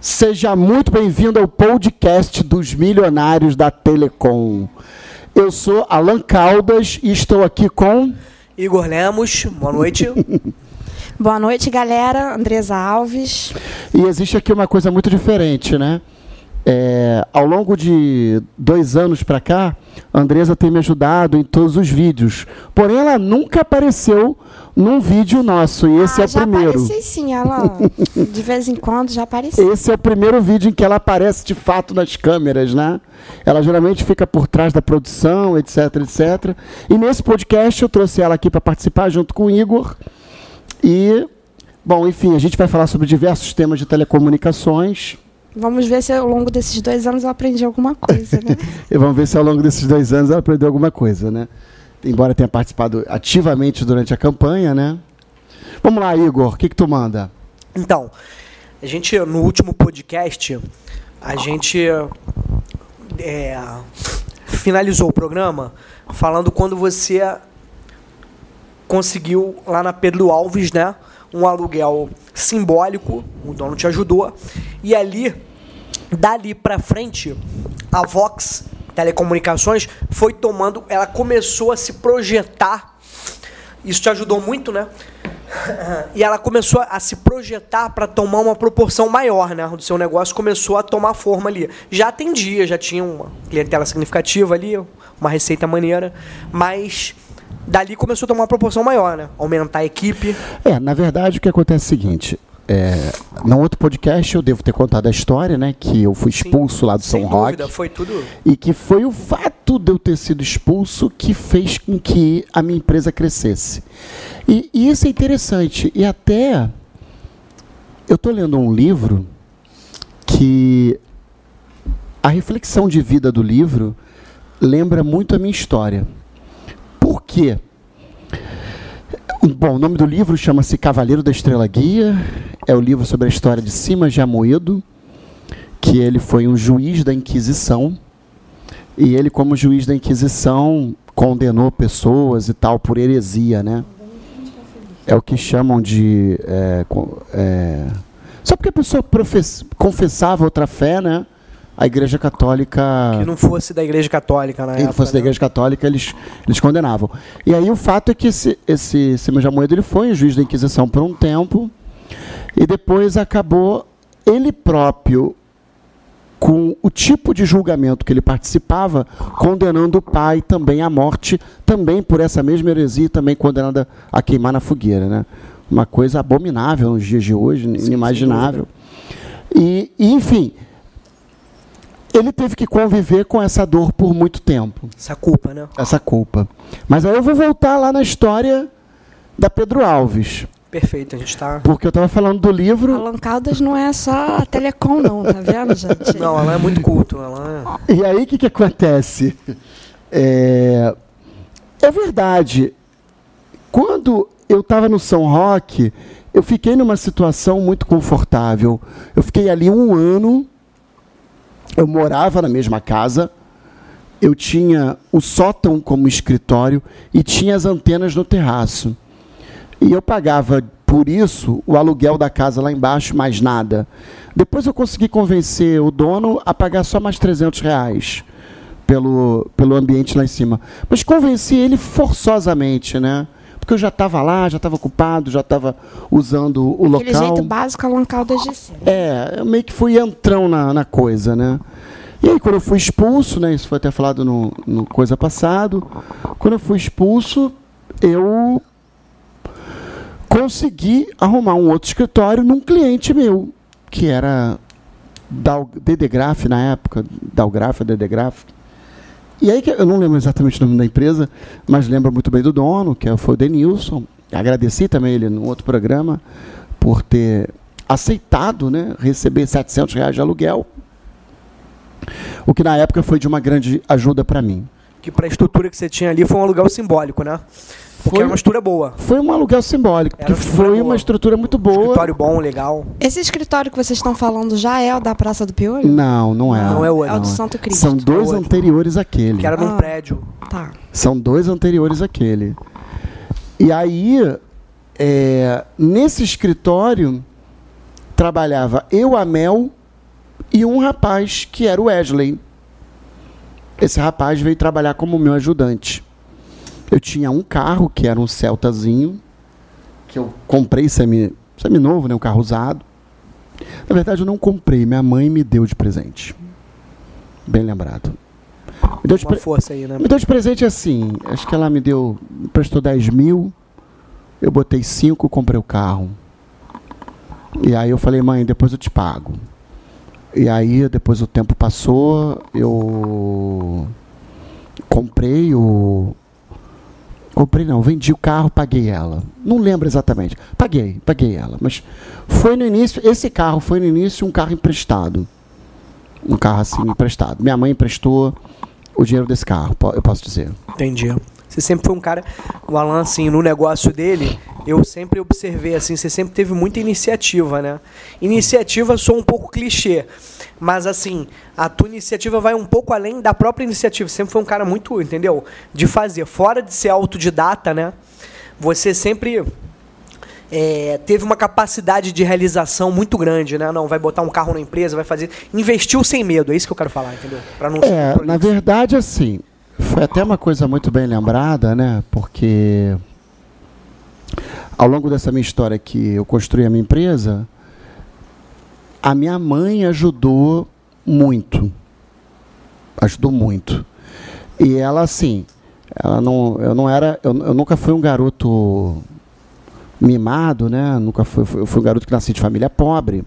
Seja muito bem-vindo ao podcast dos milionários da Telecom. Eu sou Alan Caldas e estou aqui com. Igor Lemos, boa noite. Boa noite, galera. Andresa Alves. E existe aqui uma coisa muito diferente, né? É, ao longo de dois anos para cá, a Andresa tem me ajudado em todos os vídeos. Porém, ela nunca apareceu num vídeo nosso, e esse ah, é o já primeiro. apareci sim, ela de vez em quando já apareci. Esse é o primeiro vídeo em que ela aparece de fato nas câmeras, né? Ela geralmente fica por trás da produção, etc, etc. E nesse podcast eu trouxe ela aqui para participar junto com o Igor. E, bom, enfim, a gente vai falar sobre diversos temas de telecomunicações. Vamos ver se ao longo desses dois anos eu aprendi alguma coisa, né? E vamos ver se ao longo desses dois anos ela aprendeu alguma coisa, né? Embora tenha participado ativamente durante a campanha, né? Vamos lá, Igor, o que, que tu manda? Então, a gente, no último podcast, a gente é, finalizou o programa falando quando você conseguiu lá na Pedro Alves, né? Um aluguel simbólico, o dono te ajudou. E ali, dali pra frente, a Vox Telecomunicações foi tomando, ela começou a se projetar. Isso te ajudou muito, né? E ela começou a se projetar para tomar uma proporção maior, né? Do seu negócio começou a tomar forma ali. Já atendia, já tinha uma clientela significativa ali, uma receita maneira, mas dali começou a tomar uma proporção maior, né? Aumentar a equipe. É, na verdade, o que acontece é o seguinte. É, num outro podcast eu devo ter contado a história, né? Que eu fui expulso lá do São Sem Roque. dúvida, foi tudo. E que foi o fato de eu ter sido expulso que fez com que a minha empresa crescesse. E, e isso é interessante. E até eu estou lendo um livro que a reflexão de vida do livro lembra muito a minha história. Por quê? Bom, o nome do livro chama-se Cavaleiro da Estrela Guia. É o livro sobre a história de Simas de Amoedo, que ele foi um juiz da Inquisição. E ele, como juiz da Inquisição, condenou pessoas e tal por heresia, né? É o que chamam de. é, co- é, só porque a pessoa profess- confessava outra fé, né? A Igreja Católica Que não fosse da igreja católica, na ele época, fosse da né? Igreja Católica, eles, eles condenavam. E aí o fato é que esse, esse Simões de Amoedo ele foi juiz da Inquisição por um tempo e depois acabou ele próprio, com o tipo de julgamento que ele participava, condenando o pai também à morte, também por essa mesma heresia, e também condenada a queimar na fogueira. Né? Uma coisa abominável nos dias de hoje, inimaginável. E, e, enfim, ele teve que conviver com essa dor por muito tempo Essa culpa, né? essa culpa. Mas aí eu vou voltar lá na história da Pedro Alves, Perfeito, a gente tá. porque eu estava falando do livro Alan Caldas não é só a Telecom, não, tá vendo, gente? Não, ela é muito culto. Ela e aí o que, que acontece? É, é verdade. Quando eu estava no São Roque, eu fiquei numa situação muito confortável. Eu fiquei ali um ano. Eu morava na mesma casa. Eu tinha o sótão como escritório e tinha as antenas no terraço. E eu pagava por isso o aluguel da casa lá embaixo, mais nada. Depois eu consegui convencer o dono a pagar só mais 300 reais pelo, pelo ambiente lá em cima. Mas convenci ele forçosamente, né? Porque eu já estava lá, já estava ocupado, já estava usando o local. Aquele jeito básico Alan Caldas de ser. É, eu meio que fui entrão na, na coisa, né? E aí, quando eu fui expulso, né? Isso foi até falado no, no coisa passado. Quando eu fui expulso, eu consegui arrumar um outro escritório num cliente meu, que era Dal- DDGraf na época, Dalgraf, DDGraf. E aí, que- eu não lembro exatamente o nome da empresa, mas lembro muito bem do dono, que foi o Denilson. Agradeci também ele no outro programa por ter aceitado né, receber 700 reais de aluguel, o que na época foi de uma grande ajuda para mim. é... Que pra estrutura que você tinha ali foi um aluguel simbólico, né? Porque Foi- era uma estrutura boa. Foi um aluguel simbólico, Era porque uma estrutura foi uma boa. estrutura muito boa. Escritório bom, legal. Esse escritório que vocês estão falando já é o da Praça do Piolho? Não, não é. Não é o É o do outro. Santo Cristo. São dois outro. anteriores àquele. Que era num Ah. prédio. Tá. São dois anteriores àquele. E aí, é, nesse escritório, trabalhava eu, a Mel e um rapaz que era o Wesley. Esse rapaz veio trabalhar como meu ajudante. Eu tinha um carro que era um Celtazinho, que eu comprei semi, semi novo, né, um carro usado. Na verdade eu não comprei, minha mãe me deu de presente. Bem lembrado. Me deu de Uma pre- força aí, né? me deu de presente assim. Acho que ela me deu. Me prestou 10 mil. Eu botei 5, comprei o carro. E aí eu falei, mãe, depois eu te pago. E aí depois o tempo passou, eu comprei o. Comprei não, vendi o carro, paguei ela. Não lembro exatamente. Paguei, paguei ela. Mas foi no início, esse carro foi no início um carro emprestado. Um carro assim emprestado. Minha mãe emprestou o dinheiro desse carro, po- eu posso dizer. Entendi. Você sempre foi um cara, o Alan, assim, no negócio dele, eu sempre observei, assim, você sempre teve muita iniciativa, né? Iniciativa sou um pouco clichê, mas, assim, a tua iniciativa vai um pouco além da própria iniciativa. Você sempre foi um cara muito, entendeu? De fazer. Fora de ser autodidata, né? Você sempre é, teve uma capacidade de realização muito grande, né? Não, vai botar um carro na empresa, vai fazer. Investiu sem medo, é isso que eu quero falar, entendeu? Pra não ser É, prolixo. na verdade, assim, foi até uma coisa muito bem lembrada, né? Porque ao longo dessa minha história que eu construí a minha empresa, a minha mãe ajudou muito. Ajudou muito. E ela, assim, ela não, eu não era, eu, eu nunca fui um garoto mimado, né? Nunca fui, eu fui um garoto que nasci de família pobre.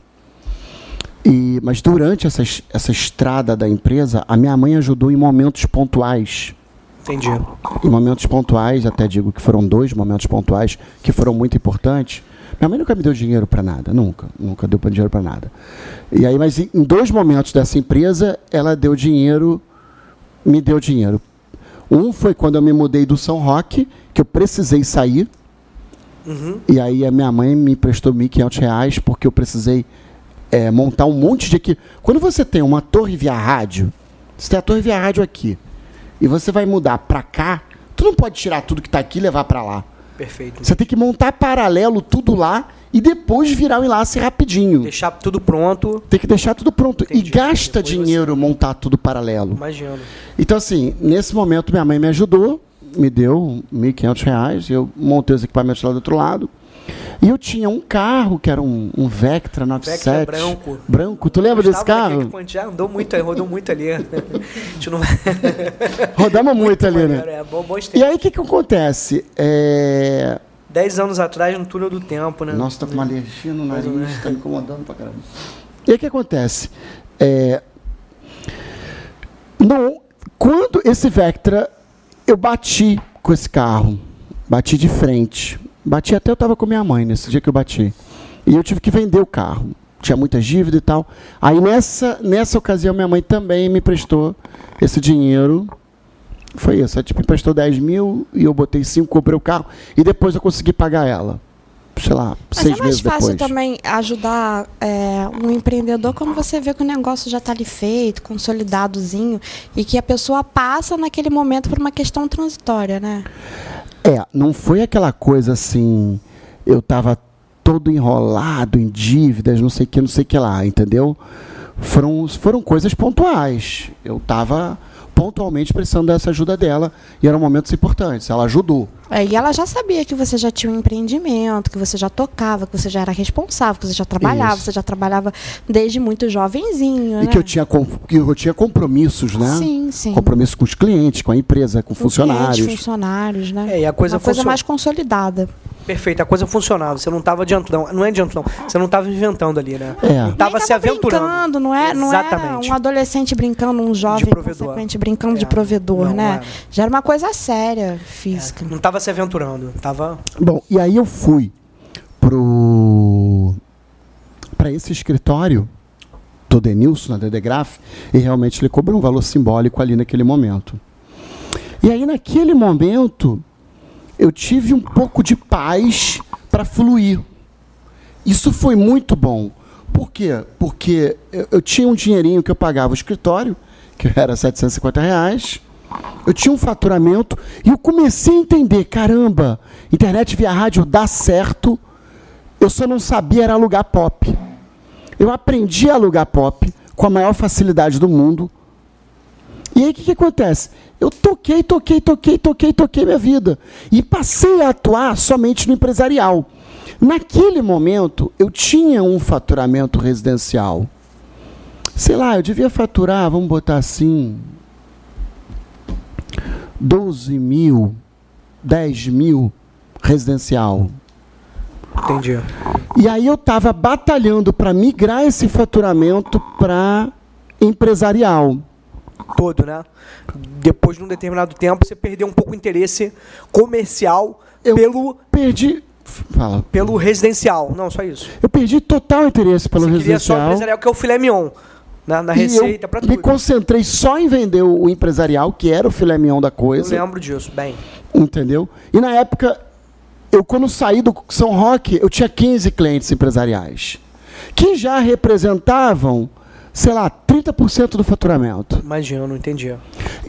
E, mas durante essa, es- essa estrada da empresa, a minha mãe ajudou em momentos pontuais. Entendi. Em momentos pontuais, até digo que foram dois momentos pontuais que foram muito importantes. Minha mãe nunca me deu dinheiro para nada, nunca, nunca deu pra- dinheiro para nada. E aí, mas em em dois momentos dessa empresa, ela deu dinheiro, me deu dinheiro. Um foi quando eu me mudei do São Roque, que eu precisei sair. E aí a minha mãe me emprestou R$ 1.500 reais porque eu precisei é, montar um monte de equipe. Quando você tem uma torre via rádio, você tem a torre via rádio aqui, e você vai mudar pra cá, tu não pode tirar tudo que tá aqui e levar pra lá. Perfeito. Você tem que montar paralelo tudo lá e depois virar o enlace rapidinho. deixar tudo pronto. Tem que deixar tudo pronto. Entendi. E gasta Depois você- dinheiro montar tudo paralelo. Imagino. Então, assim, nesse momento minha mãe me ajudou, me deu R$ 1.500, reais, eu montei os equipamentos lá do outro lado. E eu tinha um carro que era um, um Vectra 97. branco. Branco. Tu lembra desse Gustavo, carro? Henrique Ponte, ah, andou muito, aí, rodou muito ali. né? A gente não vai. Rodamos muito, ali, né? Maneiro, é, bom, bons E tempos. aí, o que, que acontece? É... Dez anos atrás, no túnel do tempo, né? Nossa, tá com uma alergia no é. nariz, tá me incomodando pra caramba. E aí o que acontece? É, Não, quando esse Vectra, eu bati com esse carro, bati de frente. Bati até eu tava com minha mãe nesse dia que eu bati. E eu tive que vender o carro. Tinha muita dívida e tal. Aí nessa, nessa ocasião minha mãe também me prestou esse dinheiro. Foi isso. Ela tipo, emprestou 10 mil e eu botei 5, comprei o carro. E depois eu consegui pagar ela. Sei lá, Mas seis é mais meses fácil depois. também ajudar é, um empreendedor quando você vê que o negócio já está ali feito, consolidadozinho, e que a pessoa passa naquele momento por uma questão transitória, né? É, não foi aquela coisa assim, eu tava todo enrolado em dívidas, não sei o que, não sei o que lá, entendeu? Foram, foram coisas pontuais. Eu tava pontualmente precisando dessa ajuda dela e eram momentos importantes. Ela ajudou. É, e ela já sabia que você já tinha um empreendimento, que você já tocava, que você já era responsável, que você já trabalhava, Isso. você já trabalhava desde muito jovenzinho, E né? que eu tinha, com- que eu tinha compromissos, né? Sim, sim. Compromisso com os clientes, com a empresa, com Com os clientes, funcionários. funcionários, né? É, e a coisa Uma coisa funcio- mais consolidada. Perfeito, a coisa funcionava. Você não tava adiantando. Não é adiantando, não. Você não tava inventando ali, né? É. Não tava Nem se aventurando. brincando, não é? Não Exatamente. era um adolescente brincando, um jovem provedor. consequente brincando de É, não, provedor, é. não né? era. Já era uma coisa séria, física. É, Não tava se aventurando. Tava. Bom, e aí eu fui pro para esse escritório do Denilson na Dedegraf e realmente ele cobrou um valor simbólico ali naquele momento. E aí naquele momento eu tive um pouco de paz para fluir. Isso foi muito bom. Por quê? Porque eu, eu tinha um dinheirinho que eu pagava o escritório, que era R$ 750 reais. Eu tinha um faturamento e eu comecei a entender, caramba, internet via rádio dá certo. Eu só não sabia era alugar pop. Eu aprendi a alugar pop, com a maior facilidade do mundo. E aí o que, que acontece? Eu toquei, toquei, toquei, toquei, toquei minha vida. E passei a atuar somente no empresarial. Naquele momento, eu tinha um faturamento residencial. Sei lá, eu devia faturar, vamos botar assim, 12 mil, 10 mil residencial. Entendi. E aí eu estava batalhando para migrar esse faturamento para empresarial. Todo, né? Depois de um determinado tempo, você perdeu um pouco o interesse comercial Eu- pelo, Perdi. Fala. pelo residencial. Não, só isso. Eu perdi total interesse pelo você queria só residencial. empresarial, que é o filé mignon. Na, na e receita, eu pra me tudo. concentrei só em vender o empresarial, que era o filé mignon da Eu coisa. lembro disso, bem. Entendeu? E na época, eu quando saí do São Roque, eu tinha 15 clientes empresariais. Que já representavam, sei lá, 30% do faturamento. Imagina, não entendi.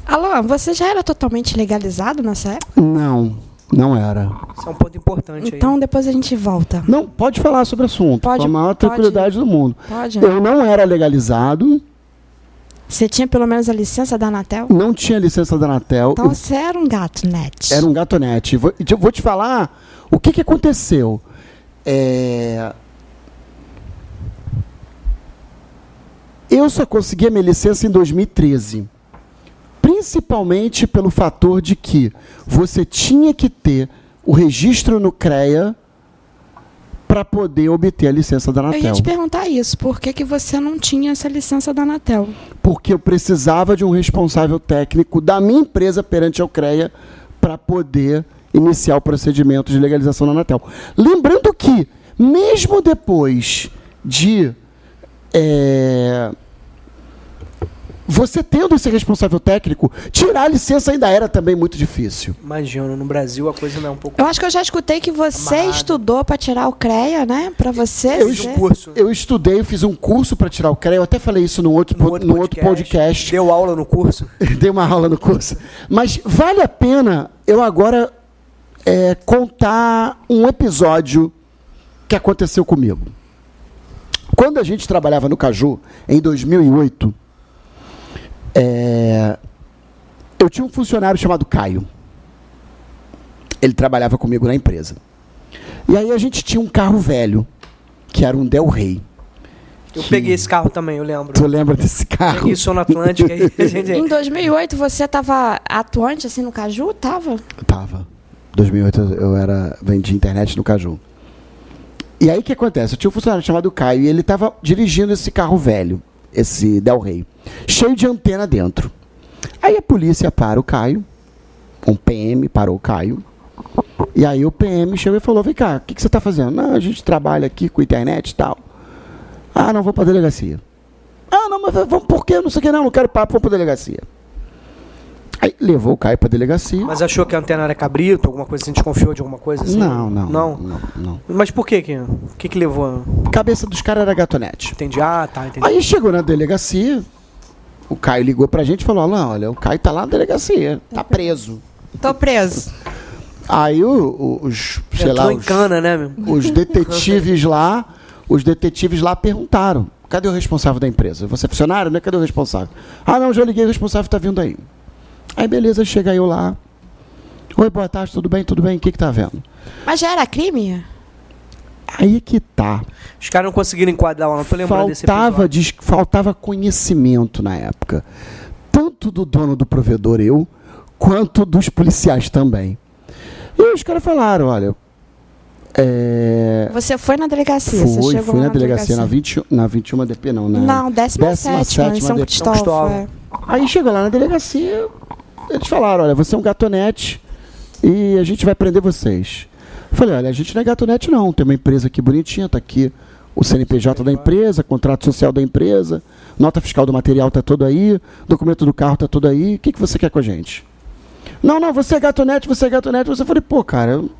Alan, você já era totalmente legalizado nessa época? Não, não era. Isso é um ponto importante Então depois a gente volta. Não, pode falar sobre o assunto, Pode, com a maior pode. É. tranquilidade do mundo. Pode? Eu não era legalizado, Você tinha pelo menos a licença da Anatel? não tinha licença da Anatel, Então você era um gato, net. eu era um gatonete. Vou, eu vou te falar o que, que aconteceu. É, Eu só consegui a minha licença em 2013. Principalmente pelo fator de que você tinha que ter o registro no CREA para poder obter a licença da Eu Anatel. ia te perguntar isso. Por que, que você não tinha essa licença da Anatel? porque eu precisava de um responsável técnico da minha empresa perante a Ucreia para poder iniciar o procedimento de legalização na Anatel. Lembrando que, mesmo depois de é, você tendo esse responsável técnico, tirar a licença ainda era também muito difícil. Imagina, no Brasil a coisa não é um pouco. Eu acho que eu já escutei que você Amarrado. estudou para tirar o CREA, né? Para você. É, Eu ser- estu- curso. Eu estudei, eu fiz um curso para tirar o CREA, eu até falei isso num outro, po- num outro podcast. Deu aula no curso. dei uma aula no curso. Mas vale a pena eu agora é, contar um episódio que aconteceu comigo. Quando a gente trabalhava no Caju, em 2008, é, eu tinha um funcionário chamado Caio. Ele trabalhava comigo na empresa. E aí a gente tinha um carro velho, que era um Del Rey. Eu peguei esse carro também, eu lembro. Tu lembra desse carro? Peguei isso na Atlântica e a gente. Em 2008 você estava atuante assim no Caju? Tava? Eu Tava. 2008 eu era vendia internet no Caju. E aí o que acontece? Eu tinha um funcionário chamado Caio e ele estava dirigindo esse carro velho, esse Del Rey, cheio de antena dentro. Aí a polícia para o Caio, um PM parou o Caio. E aí o PM chegou e falou: "Vem cá, o que, que você está fazendo?" "Não, a gente trabalha aqui com internet e tal." "Ah, não vou para delegacia." "Ah, não, mas vamos por quê? Não sei o que não, não quero papo, vou para delegacia." Aí levou o Caio para delegacia. Mas achou que a antena era cabrito, alguma coisa assim, desconfiou de alguma coisa assim? Não, não, Não. não, não. Mas por que que? O que que levou? Cabeça dos caras era gatonete. Entendi. Ah, tá, entendi. Aí chegou na delegacia, o Caio ligou pra gente e falou: Alain, olha, o Caio tá lá na delegacia, tá preso. Tô preso. Aí o- o- os, sei lá, Entrou em os, cana, né, meu? os detetives lá, os detetives lá perguntaram: cadê o responsável da empresa? Você é funcionário, né? Cadê o responsável? Ah, não, já liguei, o responsável tá vindo aí. Aí beleza, chega eu lá. Oi, boa tarde, tudo bem? Tudo bem? O que que tá vendo? Mas já era crime? Aí que tá. Os caras não conseguiram enquadrar lá, não tô lembrando desse faltava, episódio. dis- faltava conhecimento na época. Tanto do dono do provedor, eu, quanto dos policiais também. E os caras falaram, olha. É, Você foi na delegacia? você fui, chegou fui lá na delegacia, na, 20, na 21 DP, não, né? Não, 17 em 17ª São DP. Cristóvão. Cristóvão. é. Aí chegou lá na delegacia, eles falaram, olha, você é um gatonete e a gente vai prender vocês. Eu falei, olha, a gente não é gatonete não, tem uma empresa aqui bonitinha, tá aqui o CNPJ da empresa, contrato social da empresa, nota fiscal do material tá todo aí, documento do carro tá todo aí, o que, que você quer com a gente? Não, não, você é gatonete, você é gatonete, você eu falei, pô, cara, eu-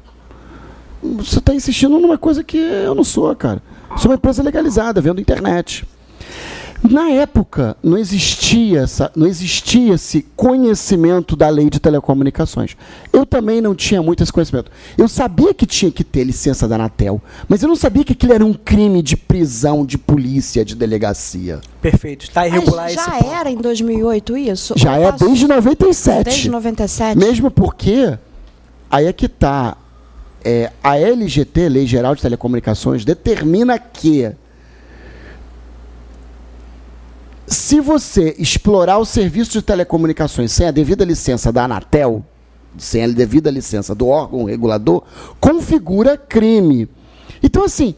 você tá insistindo numa coisa que eu não sou, cara. Eu Sou uma empresa legalizada, vendo internet. Na época, não existia, essa, não existia esse conhecimento da lei de telecomunicações. Eu também não tinha muito esse conhecimento. Eu sabia que tinha que ter licença da Anatel, mas eu não sabia que aquilo era um crime de prisão, de polícia, de delegacia. Perfeito. Está Mas irregular esse já ponto. era em 2008 isso? Já Ou é passou- desde 97. Desde 97? Mesmo porque, aí é que tá. É, a LGT, Lei Geral de Telecomunicações, determina que se você explorar o serviço de telecomunicações sem a devida licença da Anatel, sem a devida licença do órgão regulador, configura crime. Então, assim,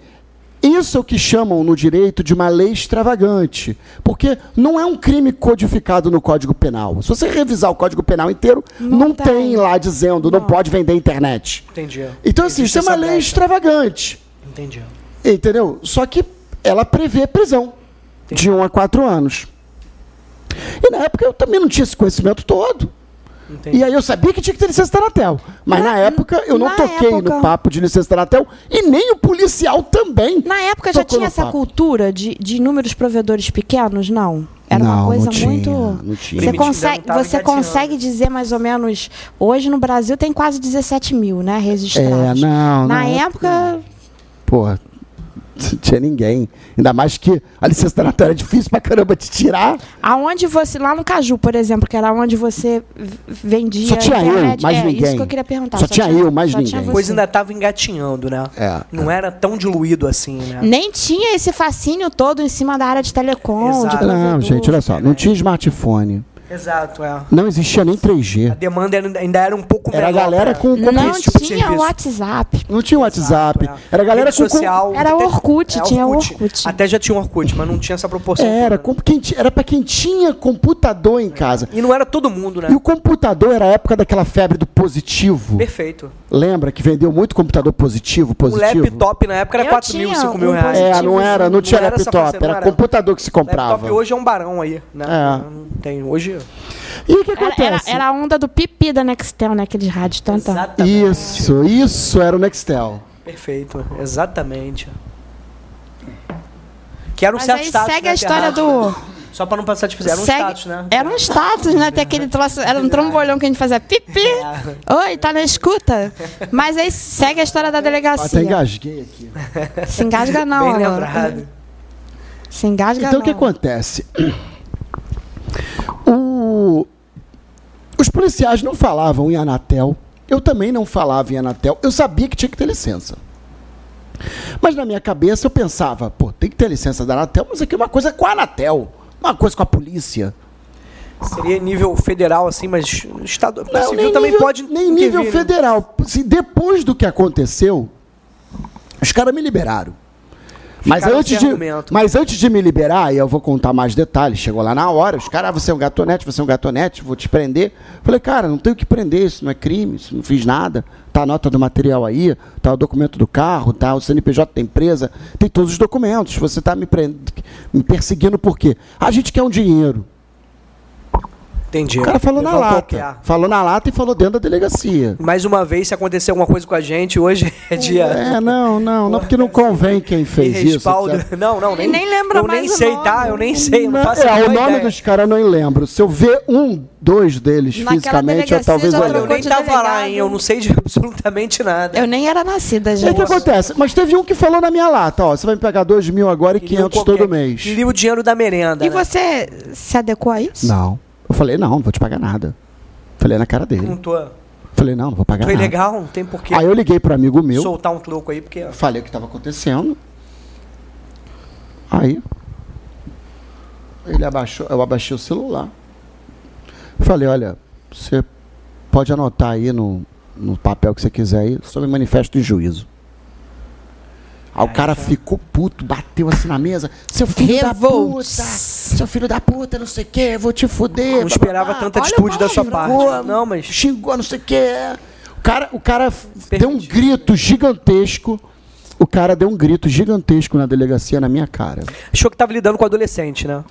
isso é o que chamam no direito de uma lei extravagante, porque não é um crime codificado no Código Penal. Se você revisar o Código Penal inteiro, não, Não tem tem. lá dizendo não, pode vender internet. Entendi. Então, assim, isso Existe é uma essa lei brecha. extravagante. Entendi. Entendeu? Só que ela prevê prisão de 1 um a 4 anos. E na época eu também não tinha esse conhecimento todo. Entendi. E aí eu sabia que tinha que ter licença da Anatel. Mas na, Na- época eu não na toquei no época- papo de licença da Anatel e nem o policial também. Na época já tocou tinha no essa papo. cultura de, de inúmeros provedores pequenos? Não. Era Não, uma coisa não tinha, muito. não tinha. Você Primitivão consegue, tava você engatinhando. consegue dizer mais ou menos. Hoje no Brasil tem quase 17 mil, né? É, Registrados. não, Na não, época. Porra, não tinha ninguém. Ainda mais que a licença da Anatel era difícil pra caramba de tirar. Aonde você. Lá no Caju, por exemplo, que era onde você v- vendia. Só tinha eu, internet. mais é, ninguém. Isso que eu queria perguntar. Só tinha eu, mais só tinha ninguém. A você. coisa ainda estava engatinhando, né? assim, É. Não era tão diluído assim, né? Nem tinha esse fascínio todo em cima da área de telecom. Exato. De Não, Não, provedor. gente, olha né? só. Não tinha smartphone. Exato, é. Não existia nem A 3G. demanda ainda- ainda era um pouco Era a menor galera pra- com Não esse tipo de tinha serviço. WhatsApp. Não tinha WhatsApp. Exato, é. Era a galera Rede com. com- social. Era até- Orkut, é, tinha Orkut. Até já tinha Orkut, mas não tinha essa proporção. Era, toda, né? com quem ti- era pra quem tinha computador em casa. E não era todo mundo, né? E o computador era a época daquela febre do positivo. Perfeito. Lembra que vendeu muito computador positivo, positivo? O laptop na época era Eu 4 mil, tinha 5 mil um reais. É, não era, não tinha Não era essa laptop, parceira, não era era. computador que se comprava. Laptop hoje é um barão aí, né? É. Não tem. Hoje. E o que Era, era, acontece? era a onda do pipi da Nextel, né? Aqueles rádios tanta. Isso, isso era o Nextel. Perfeito, exatamente. Que era um Mas certo aí status. segue né, a história Bernardo? do- Só pra não passar de era um Segue- status, né? Era um status, né? Tem aquele troço, era um trombolhão que a gente fazia pipi. É. Ah, Oi, tá na escuta? Mas aí segue a história da Assim, Até delegacia. engasguei aqui. Se engasga não, Bem Alan. lembrado. Se engasga Então não. o que acontece? O- Os policiais não falavam em Anatel. Eu também não falava em Anatel. Eu sabia que tinha que ter licença. Mas na minha cabeça eu pensava, pô, tem que ter licença da Anatel, mas aqui é uma coisa com a Anatel, uma coisa com a polícia. Seria nível federal, assim, mas estado. Não, civil nem também nível- pode. Nem intervir, nível né? federal. Se depois do que aconteceu, os caras me liberaram. Mas Ficaram antes, de, sem argumento. mas antes de me liberar, e eu vou contar mais detalhes, chegou lá na hora, os caras, ah, você é um gatonete, você é um gatonete, vou te prender. Falei, cara, não tenho que prender, isso não é crime, isso não fiz nada. Tá a nota do material aí, tá o documento do carro, tá o CNPJ da empresa, tem todos os documentos. Você tá me, prend... me perseguindo por quê? A gente quer um dinheiro. Entendi. O cara falou na Levantou o lata. PA. Falou na lata e falou dentro da delegacia. Mais uma vez, se acontecer alguma coisa com a gente, hoje é dia. É, não, não, não, porque não convém quem de fez isso. respaldo. etc. Não, não, nem, Ele nem lembra eu nem mais o sei, nome. tá? Eu nem sei, eu não faço a é, o menor nome ideia. dos caras eu não lembro. Se eu ver um, dois deles Naquela fisicamente, eu delegacia talvez já eu Olha, eu trocou lembre. nem de tava lá, delegado. hein? Eu não sei de absolutamente nada. Eu nem era E nascida, aí O gente. É que acontece? Mas teve um que falou na minha lata, ó, você vai me pagar dois mil agora e Queria 500 qualquer- todo mês. Queria o dinheiro da merenda. E né? você se adequou a isso? Não. Eu falei, não, não vou te pagar nada. Falei na cara Não dele. tô, Falei, não, não vou pagar tô nada. ilegal, não tem porquê Hum. Ah. Aí eu liguei pro amigo meu, soltar um troco aí, porque. falei o que estava acontecendo. Aí ele abaixou, eu abaixei o celular. Falei, olha, você pode anotar aí no, no papel que você quiser aí, sobre manifesto de juízo. Aí o tá. cara ficou puto, bateu assim na mesa. Seu filho da puta! Revolts. Seu filho da puta, não sei o quê, vou te fuder. Não esperava bababá." tanta olha o atitude da sua parte. palavrão. Não, mas. Xingou, não sei o que. O cara, o cara f- deu um grito gigantesco. O cara deu um grito gigantesco na delegacia na minha cara. Achou que tava lidando com adolescente, né?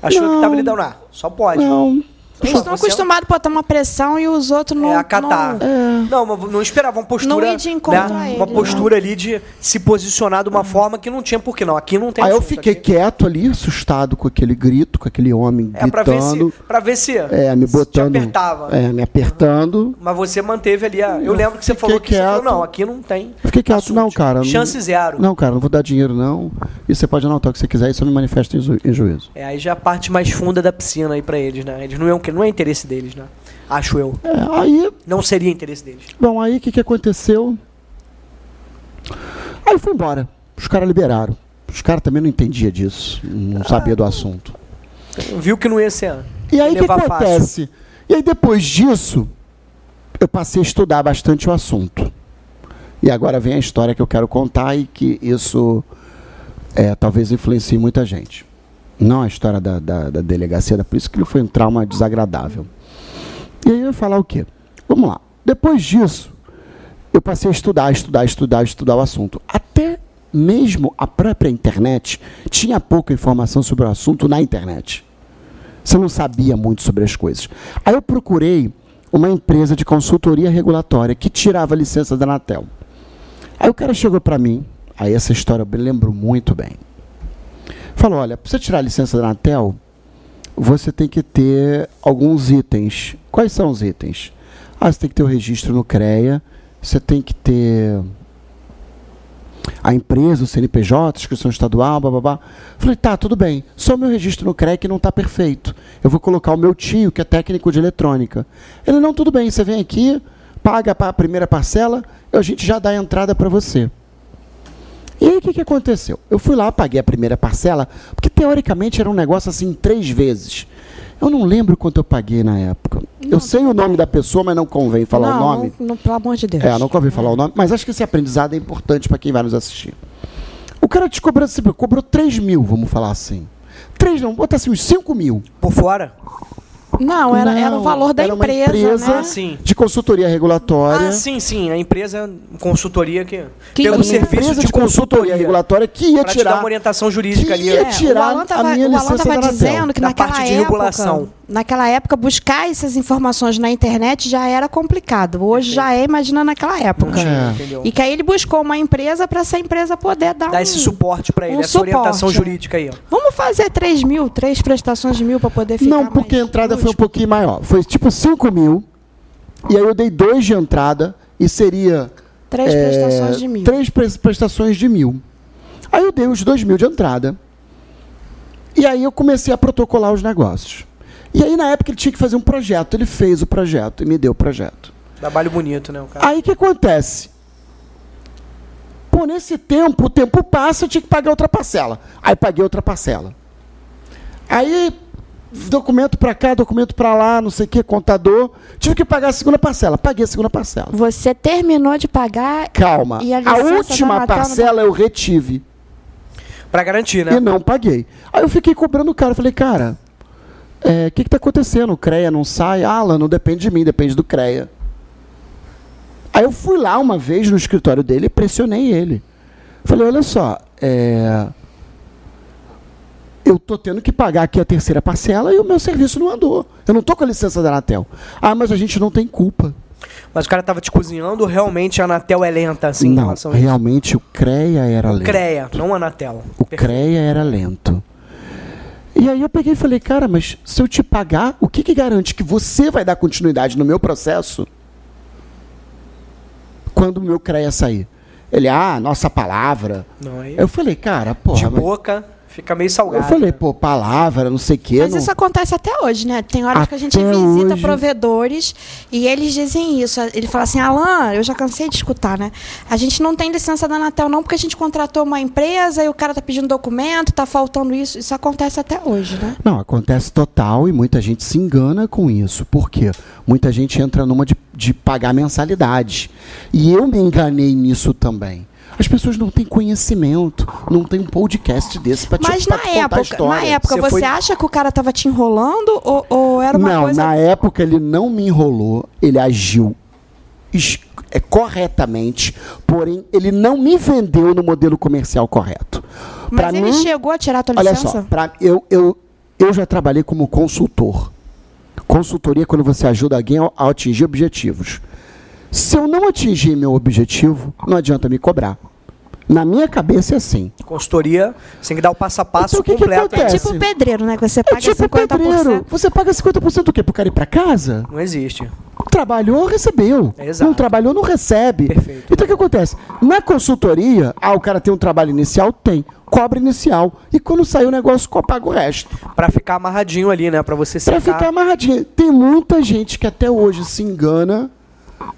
Achou Não. que tava lidando. Ah, só pode. Não, Eles estão Você- acostumados tá a botar uma pressão e os outros não. é, acatar. não- é. Não, mas É. não esperava uma postura. Não ir de encontro né? a ele, Uma né? postura ali de se posicionar de uma forma que não tinha por que não. Aqui não tem Aí eu assunto, fiquei aqui- quieto ali, assustado com aquele grito, com aquele homem É pra ver se. gritando. Pra ver se. É, me se te botando. apertava. É, me apertando. Mas você manteve ali a. Eu lembro que você Fiquei falou que você falou, quieto. não, aqui não tem. Eu Fiquei quieto, assunto. não, cara. não- Chance zero. Não, cara, não vou dar dinheiro, não. E você pode anotar o que você quiser, isso eu me manifesto em, ju- em juízo. É, aí já a parte mais funda da piscina aí pra eles, né? Eles não é, não é interesse deles, né? Acho eu. É, aí, Não seria interesse deles. bom, aí o que, que aconteceu? Aí eu fui embora. Os caras liberaram. Os caras também não entendiam disso, não sabia do assunto. Viu que não ia ser. né? E aí o que levar fácil. acontece? E aí depois disso, eu passei a estudar bastante o assunto. E agora vem a história que eu quero contar e que isso é, talvez influencie muita gente. Não a história da, da, da delegacia, da polícia, que foi um trauma desagradável. E aí eu ia falar o quê? Vamos lá. Depois disso, eu passei a estudar, estudar, estudar, estudar o assunto. Até mesmo a própria internet tinha pouca informação sobre o assunto na internet. Você não sabia muito sobre as coisas. Aí eu procurei uma empresa de consultoria regulatória que tirava a licença da Anatel. Aí o cara chegou para mim, aí essa história eu me lembro muito bem. Falou: olha, para você tirar a licença da Anatel, você tem que ter alguns itens. Quais são os itens? Ah, você tem que ter o registro no CREA, você tem que ter a empresa, o CNPJ, inscrição estadual, bababá. Falei, tá, tudo bem. Só meu registro no CREC não está perfeito. Eu vou colocar o meu tio, que é técnico de eletrônica. Ele, não, tudo bem, você vem aqui, paga a pa- a primeira parcela, a gente já dá a entrada para você. E aí o que, que aconteceu? Eu fui lá, paguei a primeira parcela, porque teoricamente era um negócio assim três vezes. Eu não lembro quanto eu paguei na época. eu sei o nome da pessoa, mas não convém falar não, o nome. Não, não, pelo amor de Deus. É, não convém falar o nome, mas acho que esse aprendizado é importante para quem vai nos assistir. O cara te cobrou, assim, cobrou 3 mil, vamos falar assim. 3 não, bota assim, uns 5 mil. Por fora? Não, era, era o Não, valor da era uma empresa, empresa- Ah, Ah, né? sim. De consultoria regulatória. Ah, sim, sim. A empresa, é consultoria que. Que pelo Era uma serviço empresa de, consultoria. regulatória que ia Pra te dar tirar. uma orientação jurídica ali. Que- É, tirar o Alan a tava, minha o Alan licença tava da Anatel. dizendo que Da naquela parte de época, regulação. naquela época buscar essas informações na internet já era complicado. Hoje já é, imagina naquela época. É. Entendeu? E que aí ele buscou uma empresa para essa empresa poder dar, Dar um- esse suporte pra ele, um essa orientação suporte, é. jurídica aí, ó. Vamos fazer 3 mil, três prestações de mil para poder ficar Não, porque a mais entrada foi um justo. pouquinho maior. Foi tipo 5 mil. E aí eu dei 2 de entrada e seria. Três é, prestações de mil. Três pres- prestações de mil. Aí eu dei os 2 mil de entrada. E aí eu comecei a protocolar os negócios. E aí na época ele tinha que fazer um projeto. Ele fez o projeto e me deu o projeto. Trabalho bonito, né, o cara? Aí o que acontece? Pô, nesse tempo, o tempo passa, eu tinha que pagar outra parcela. Aí paguei outra parcela. Aí, documento pra cá, documento pra lá, não sei o que, contador. Tive que pagar a segunda parcela. Paguei a segunda parcela. Você terminou de pagar Calma. E a a licença tá da última Anatel não- parcela eu retive. Pra garantir, né? Ah, E não paguei. Aí eu fiquei cobrando o cara. Eu Falei, cara, o que está acontecendo? O CREA não sai? Ah, Alan, não depende de mim, depende do CREA. Aí eu fui lá uma vez no escritório dele e pressionei ele. Falei, olha só, é, eu tô tendo que pagar aqui a terceira parcela e o meu serviço não andou. Eu não tô com a licença da Anatel. Ah, mas a gente não tem culpa. Mas o cara tava te cozinhando, realmente a Anatel é lenta, assim, em não, relação a isso. realmente o CREA era lento. CREA, não a Anatel. O CREA era lento. E aí eu peguei e falei, cara, mas se eu te pagar, o que, que garante que você vai dar continuidade no meu processo quando o meu CREA sair? Ele, ah, nossa palavra. Não, aí, Eu falei, cara, porra. de mas- boca, fica meio salgado. Eu falei, né? pô, palavra, não sei o quê. Mas não- isso acontece até hoje, né? Tem horas que a gente Até visita hoje. provedores e eles dizem isso. Ele fala assim, Alan, eu já cansei de escutar, né? A gente não tem licença da Anatel não porque a gente contratou uma empresa e o cara tá pedindo documento, tá faltando isso. Isso acontece até hoje, né? Não, acontece total e muita gente se engana com isso. Por quê? Muita gente entra numa de, de pagar mensalidade. E eu me enganei nisso também. As pessoas não têm conhecimento, não tem um podcast desse para te, Mas pra na te contar a época, história. na época, Você você, foi- acha que o cara tava te enrolando ou, ou era uma não, coisa... na época ele não me enrolou, ele agiu es- é, corretamente, porém ele não me vendeu no modelo comercial correto. Pra Mas ele chegou a tirar a tua Olha só, licença? pra- eu, eu, eu já trabalhei como consultor. consultoria é quando você ajuda alguém a atingir objetivos. Se eu não atingir meu objetivo, não adianta me cobrar. Na minha cabeça é assim. Consultoria, você tem que dar o passo a passo Então, o que que completo. É acontece? tipo o pedreiro, né? Que você É paga tipo 50%. pedreiro. Você paga 50% do quê? Pro cara ir pra casa? Não existe. Trabalhou, recebeu. Exato. Não trabalhou, não recebe. Perfeito. Então o que acontece? Na consultoria, ah, o cara tem um trabalho inicial? Tem. Cobra inicial. E quando sair o negócio, co- paga o resto. Pra ficar amarradinho ali, né? Pra você Pra sentar. Tá. ficar amarradinho. Tem muita gente que até hoje se engana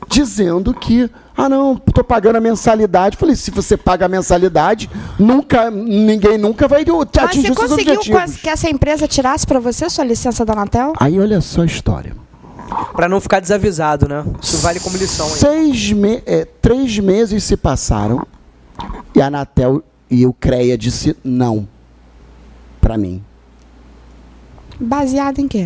dizendo que, ah não, tô pagando a mensalidade. Falei, se você paga a mensalidade, nunca, ninguém nunca vai te Mas atingir você os seus conseguiu objetivos. quase que é essa empresa tirasse pra você sua licença da Anatel? Aí olha só a história. Pra não ficar desavisado, né? Isso vale como lição aí. Seis me é, três meses se passaram e a Anatel e o CREA disse não para mim. Baseado em quê?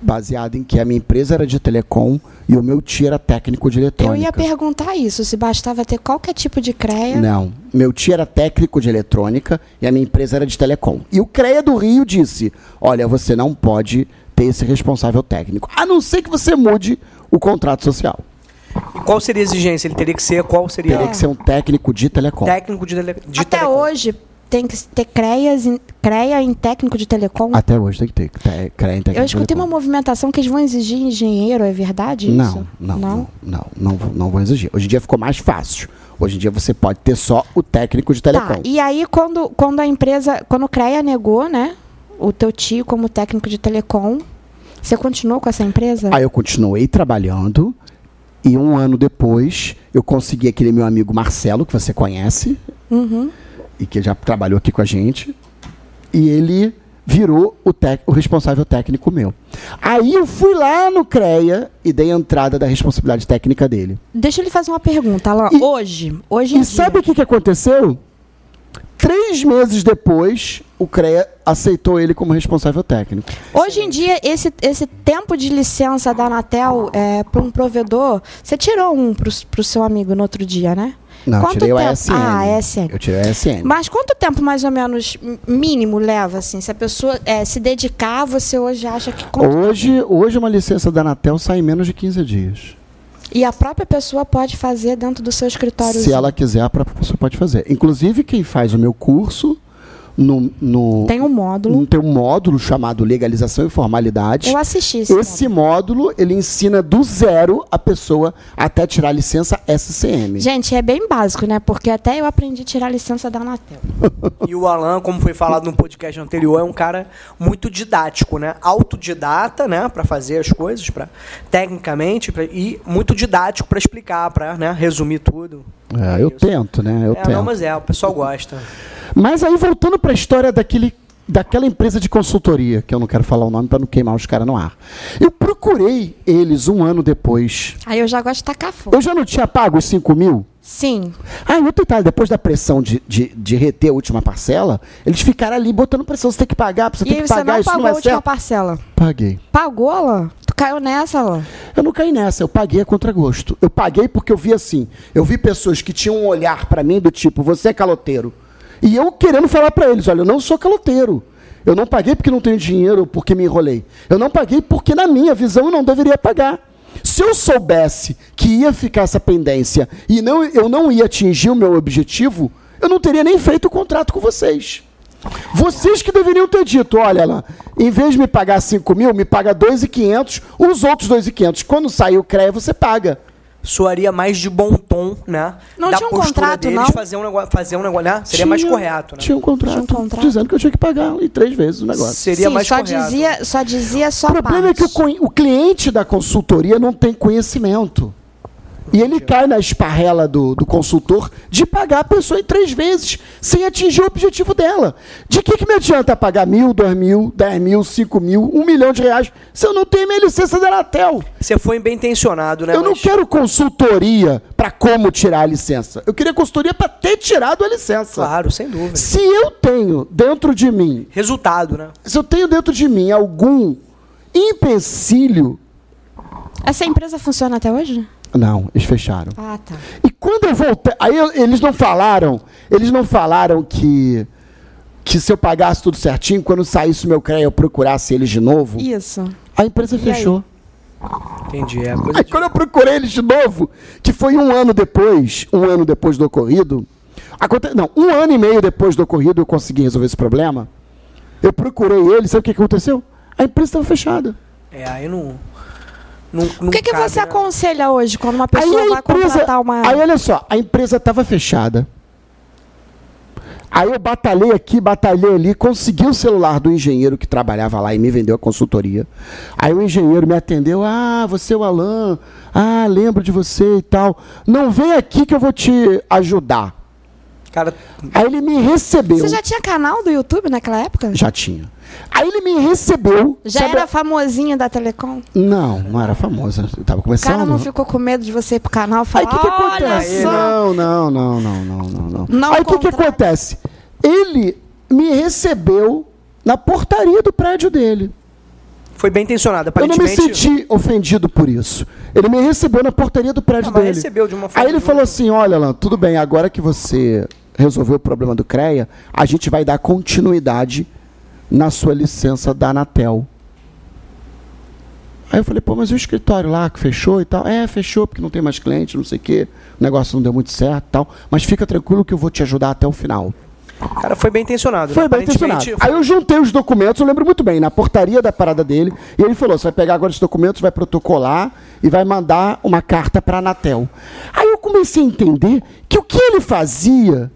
Baseado em que a minha empresa era de telecom e o meu tio era técnico de Eu eletrônica. ia perguntar isso, se bastava ter qualquer tipo de creia. Não. Meu tio era técnico de eletrônica e a minha empresa era de telecom. E o CREA do Rio disse: olha, você não pode ter esse responsável técnico, a não ser que você mude o contrato social. E Qual seria a exigência? Ele teria que ser, qual seria Teria É. que ser um técnico de telecom. técnico de, tele... de Até telecom? hoje tem que ter creias em, creia em técnico de telecom. Até hoje tem que ter te- CREA em técnico Eu de escutei telecom. uma movimentação que eles vão exigir engenheiro, é verdade Não, isso? não, não, não, não, vou- não vou exigir. Hoje em dia ficou mais fácil. Hoje em dia você pode ter só o técnico de telecom. Tá, e aí quando, quando a empresa, quando o CREA negou, né, o teu tio como técnico de telecom, você continuou com essa empresa? Aí eu continuei trabalhando e um ano depois eu consegui aquele meu amigo Marcelo, que você conhece, Uhum. e que já trabalhou aqui com a gente, e ele virou o, tec- o responsável técnico meu. Aí eu fui lá no CREA e dei a entrada da responsabilidade técnica dele. Deixa eu lhe fazer uma pergunta, Alan. E- hoje, hoje em E sabe o que, que aconteceu? Três meses depois, o CREA aceitou ele como responsável técnico. Hoje em dia, esse, esse tempo de licença da Anatel é, para um provedor, você tirou um para o seu amigo no outro dia, né? Não, eu Quanto tirei o tempo? ASN. Ah, ASN. Eu tirei o ASN. Mas quanto tempo mais ou menos m- mínimo leva, assim? Se a pessoa é, se dedicar, você hoje acha que. quanto- Hoje, hoje uma licença da Anatel sai em menos de 15 dias. E a própria pessoa pode fazer dentro do seu escritório. Se ela quiser, a própria pessoa pode fazer. Inclusive, quem faz o meu curso no, no, Tem um módulo. no- tem um módulo chamado Legalização e Formalidade. Eu assisti esse. módulo. Esse módulo, ele ensina do zero a pessoa até tirar a licença SCM. Gente, é bem básico, né? Porque até eu aprendi a tirar a licença da Anatel. E o Alan, como foi falado no podcast anterior, é um cara muito didático, né? Autodidata, né? Pra fazer as coisas, pra, tecnicamente, pra- e muito didático pra explicar, pra né? resumir tudo. É, eu Isso. tento, né? Eu é, tento. não, mas é, o pessoal gosta. Mas aí, voltando para a história daquele, daquela empresa de consultoria, que eu não quero falar o nome para não queimar os caras no ar. Eu procurei eles um ano depois. Aí eu já gosto de tacar fogo. Eu já não tinha pago os 5 mil? Sim. Ah, e outro detalhe, depois da pressão de, de, de reter a última parcela, eles ficaram ali botando pressão. Você tem que pagar, você E tem aí que você pagar, não isso pagou não a é última certo. parcela. Paguei. Pagou, Alan? Tu caiu nessa, Alan? Eu não caí nessa, eu paguei a contragosto. Eu paguei porque eu vi assim. Eu vi pessoas que tinham um olhar pra mim do tipo, você é caloteiro. E eu querendo falar pra eles, olha, eu não sou caloteiro. Eu não paguei porque não tenho dinheiro ou porque me enrolei. Eu não paguei porque, na minha visão, eu não deveria pagar. Se eu soubesse que ia ficar essa pendência e não, eu não ia atingir o meu objetivo, eu não teria nem feito o contrato com vocês. Vocês que deveriam ter dito, olha lá, em vez de me pagar 5 mil, me paga 2,500, os outros 2,500, quando sair o CREA, você paga. Soaria mais de bom tom, né? Não da tinha um postura contrato, deles, não? fazer um negócio, fazer um negócio, né? Seria mais Tinha- correto, né? Tinha um contrato, Tinha um contrato. dizendo que eu tinha que pagar em três vezes o negócio. Seria Sim, mais só correto. dizia, só dizia só o problema é que o, conhe- o cliente da consultoria não tem conhecimento. E ele cai na esparrela do, do consultor de pagar a pessoa em três vezes, sem atingir o objetivo dela. De que, que me adianta pagar mil, dois mil, dez mil, cinco mil, um milhão de reais, se eu não tenho minha licença da Anatel? Você foi bem intencionado, né? Eu não mas- quero consultoria para como tirar a licença. Eu queria consultoria para ter tirado a licença. Claro, sem dúvida. Se eu tenho dentro de mim, Resultado, né? se eu tenho dentro de mim algum empecilho, Essa empresa funciona até hoje? não, eles fecharam. Ah, tá. E quando eu voltei, aí eu- eles não falaram, eles não falaram que que se eu pagasse tudo certinho, quando saísse o meu crédito eu procurasse eles de novo. Uhum. Isso. A empresa fechou. Entendi. É coisa Aí de... quando eu procurei eles de novo, que foi um ano depois, um ano depois do ocorrido, aconte... não, um ano e meio depois do ocorrido eu consegui resolver esse problema. Eu procurei eles, sabe o que que aconteceu? A empresa estava fechada. É, aí não. não, né? O que, que você aconselha hoje quando uma pessoa aí a vai empresa, contratar uma. aí olha só, a empresa estava fechada. Aí eu batalhei aqui, batalhei ali, consegui o celular do engenheiro que trabalhava lá e me vendeu a consultoria. Aí o engenheiro me atendeu, ah, você é o Alan, ah, lembro de você e tal. Não vem aqui que eu vou te ajudar. Cara, Aí ele me recebeu. Você já tinha canal do YouTube naquela época? Já tinha. Aí ele me recebeu. Já sabe- era famosinho da Telecom? Não, não era famosa. Eu tava O cara começando. não ficou com medo de você ir pro canal e Aí falar. o que, que Olha acontece? só. Não, não, não, não, não, não, não. Não Aí o que, que contrata. acontece? Ele me recebeu na portaria do prédio dele. foi bem intencionado, Eu não me aparentemente. senti ofendido por isso. Ele me recebeu na portaria do prédio Ah, mas dele. recebeu de uma forma Aí ele muito- falou assim: olha, Alan, tudo bem, agora que você resolveu o problema do CREA, a gente vai dar continuidade na sua licença da Anatel. Aí eu falei, pô, mas e o escritório lá que fechou e tal? É, fechou porque não tem mais cliente, não sei o quê. O negócio não deu muito certo e tal. Mas fica tranquilo que eu vou te ajudar até o final. Cara, foi bem intencionado. né? Foi bem Aparentemente, intencionado. Aí eu juntei os documentos, eu lembro muito bem, na portaria da parada dele, e ele falou: você vai pegar agora esses documentos, vai protocolar e vai mandar uma carta para a Anatel. Aí eu comecei a entender que o que ele fazia,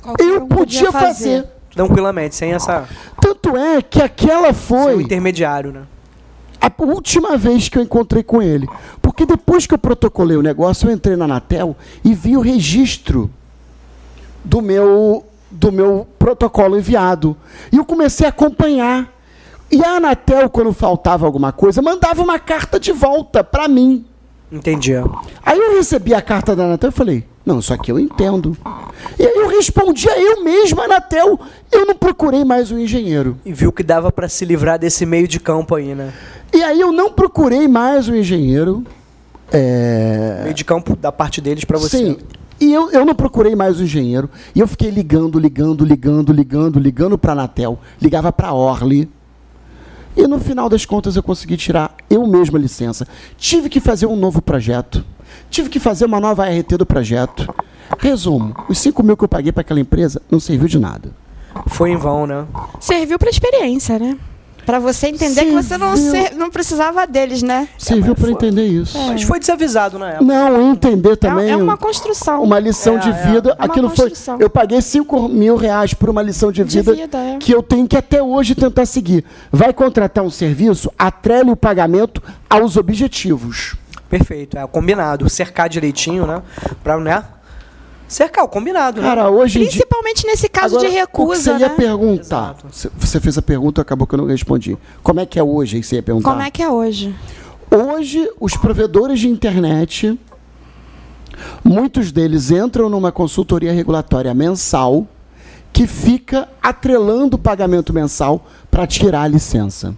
Qualquer eu um podia fazer. Tranquilamente, sem essa, Tanto é que aquela sem o foi intermediário, né? a última vez que eu encontrei com ele. Porque depois que eu protocolei o negócio, eu entrei na Anatel e vi o registro do meu, do meu protocolo enviado. E eu comecei a acompanhar. E a Anatel, quando faltava alguma coisa, mandava uma carta de volta para mim. Entendi. é. Aí eu recebi a carta da Anatel e falei, não, isso aqui eu entendo. E aí eu respondia eu mesmo, Anatel, eu não procurei mais o engenheiro. E viu que dava pra se livrar desse meio de campo aí, né? E aí eu não procurei mais o engenheiro. É, Meio de campo da parte deles pra você. Sim. E eu, eu não procurei mais o engenheiro. E eu fiquei ligando, ligando, ligando, ligando, ligando para a Anatel. Ligava para a Orly. E no final das contas eu consegui tirar eu mesmo a licença. Tive que fazer um novo projeto. Tive que fazer uma nova RT do projeto. Resumo, os 5 mil que eu paguei para aquela empresa não serviu de nada. Foi em vão, né? Serviu pra experiência, né? Pra você entender que você não, Serviu. ser- não precisava deles, né? Serviu para entender isso. Mas foi desavisado na época. Não, entender É, também. é uma construção. uma lição É, de é. vida. É uma Aquilo foi. construção. Eu paguei 5 mil reais por uma lição de De vida, vida, é. que eu tenho que até hoje tentar seguir. Vai contratar um serviço, atrele o pagamento aos objetivos. Perfeito, é combinado. Cercar direitinho, né? Pra, né? Cercar, o combinado, né? Cara, hoje em dia. Principalmente nesse caso Agora, de o que recusa, você ia É. né? perguntar. Você- Você fez a pergunta, acabou que eu não respondi. Como é que é hoje aí que você ia perguntar? Como é que é hoje? Hoje, os provedores de internet, muitos deles entram numa consultoria regulatória mensal que fica atrelando o pagamento mensal para tirar a licença.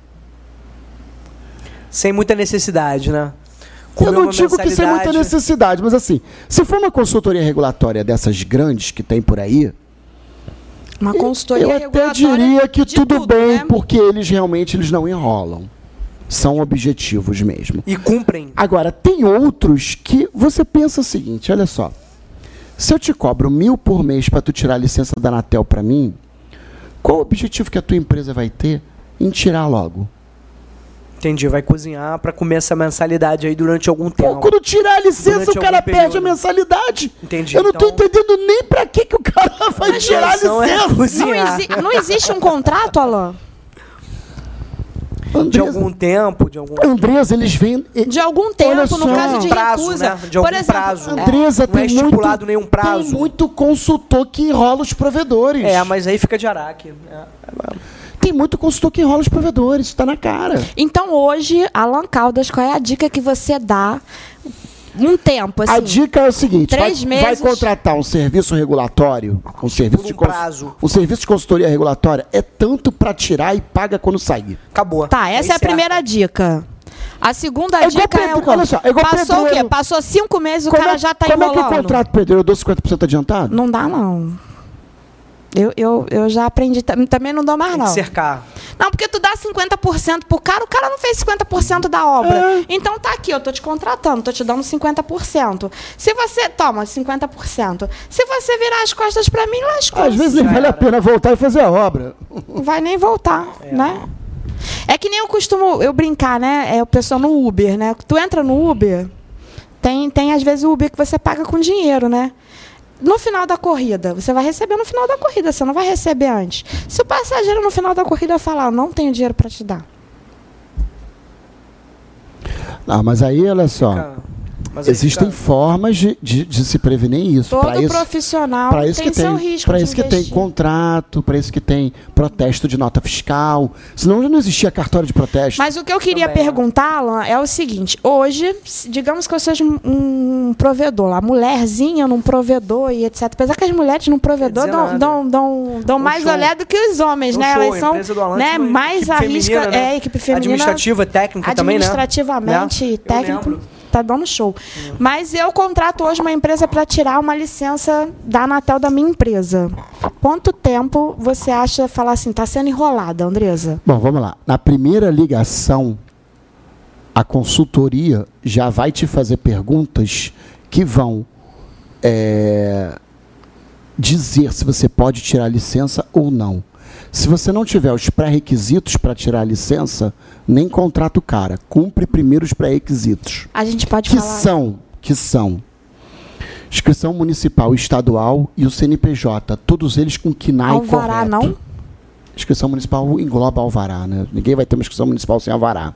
Sem muita necessidade, né? eu Comeu não uma digo que sem muita mensalidade. necessidade, mas assim, se for uma consultoria regulatória dessas grandes que tem por aí, Uma consultoria eu até regulatória diria que de tudo, tudo bem, né? porque eles realmente eles não enrolam. São objetivos mesmo. E cumprem. Agora, tem outros que você pensa o seguinte, olha só. Se eu te cobro mil por mês para tu tirar a licença da Anatel para mim, qual o objetivo que a tua empresa vai ter em tirar logo? Entendi, vai cozinhar pra comer essa mensalidade aí durante algum Pô, tempo. quando tirar a licença, Durante o cara algum perde a período. mensalidade. Entendi, Eu não tô então- entendendo nem para que, que o cara vai tirar a intenção é licença. Não, cozinhar. exi- não existe um contrato, Alain? De Andresa, algum tempo, de algum. É, Andresa, eles vêm... e- De algum Olha tempo, no só. caso de Prazo, recusa. né? De algum Por exemplo, prazo. é, Andresa, Não é tem estipulado muito, nenhum prazo. Tem muito consultor que enrola os provedores. É, mas aí fica de araque. né? Tem muito consultor que enrola os provedores. Isso tá na cara. Então hoje, Alan Caldas, qual é a dica que você dá? Um tempo, assim. a dica é o seguinte: vai, três meses. vai contratar um serviço regulatório, um serviço Por um de cons- prazo. um serviço de consultoria regulatória é tanto para tirar e paga quando sair. Acabou. Tá, Aí essa é a certo. primeira dica. A segunda É igual dica é o pedre- olha só, é igual Passou o quê? pedreiro. Passou cinco meses, o como cara é, já tá como é enrolando. que eu contrato pedreiro? Eu dou 50% adiantado? Não dá, não. Eu, eu, eu já aprendi. tam- Também não dou mais, Tem que não. cercar. Não, porque tu dá 50% pro cara, o cara não fez 50% da obra. É. Então tá aqui, eu tô te contratando, tô te dando 50%. Se você. Toma, 50%. Se você virar as costas pra mim, lascou. Às vezes nem vale a pena voltar e fazer a obra. Não vai nem voltar, né? É que nem eu costumo eu brincar, né? É o pessoal no Uber, né? Tu entra no Uber, tem, tem às vezes o Uber que você paga com dinheiro, né? No final da corrida, você vai receber no final da corrida, você não vai receber antes. Se o passageiro no final da corrida falar, eu não tenho dinheiro para te dar. Ah, mas aí, olha só. Cara, mas aí Existem fica- formas de, de, de se prevenir isso. Todo Para isso, profissional pra isso tem, que seu tem, risco pra de isso que tem investir. contrato, para isso que tem protesto de nota fiscal. Senão já não existia cartório de protesto. Mas o que eu queria Também, né? perguntar, Alan, é o seguinte: hoje, se- digamos que eu seja um- um provedor lá, mulherzinha num provedor e etc. Apesar que as mulheres num provedor Quer dizer nada. dão, dão, dão, dão mais show. olé do que os homens, Dão né? show, Elas a são empresa do Alan né, tinha uma mais equipe a feminina, né? É, equipe feminina. Administrativa, técnica também, né? Administrativamente, Né? Eu técnico. lembro. Hum. Tá dando show. Mas eu contrato hoje uma empresa para tirar uma licença da Anatel da minha empresa. Quanto tempo você acha falar assim, tá sendo enrolada, Andresa? Bom, vamos lá. Na primeira ligação, a consultoria já vai te fazer perguntas que vão é, dizer se você pode tirar a licença ou não. Se você não tiver os pré-requisitos para tirar a licença, nem contrata o cara. Cumpre primeiro os pré-requisitos. A gente pode Que falar. são, que são inscrição municipal, e estadual e o CNPJ, todos eles com KNAI Alvará, correto. não? Inscrição municipal engloba alvará, né? Ninguém vai ter uma inscrição municipal sem alvará.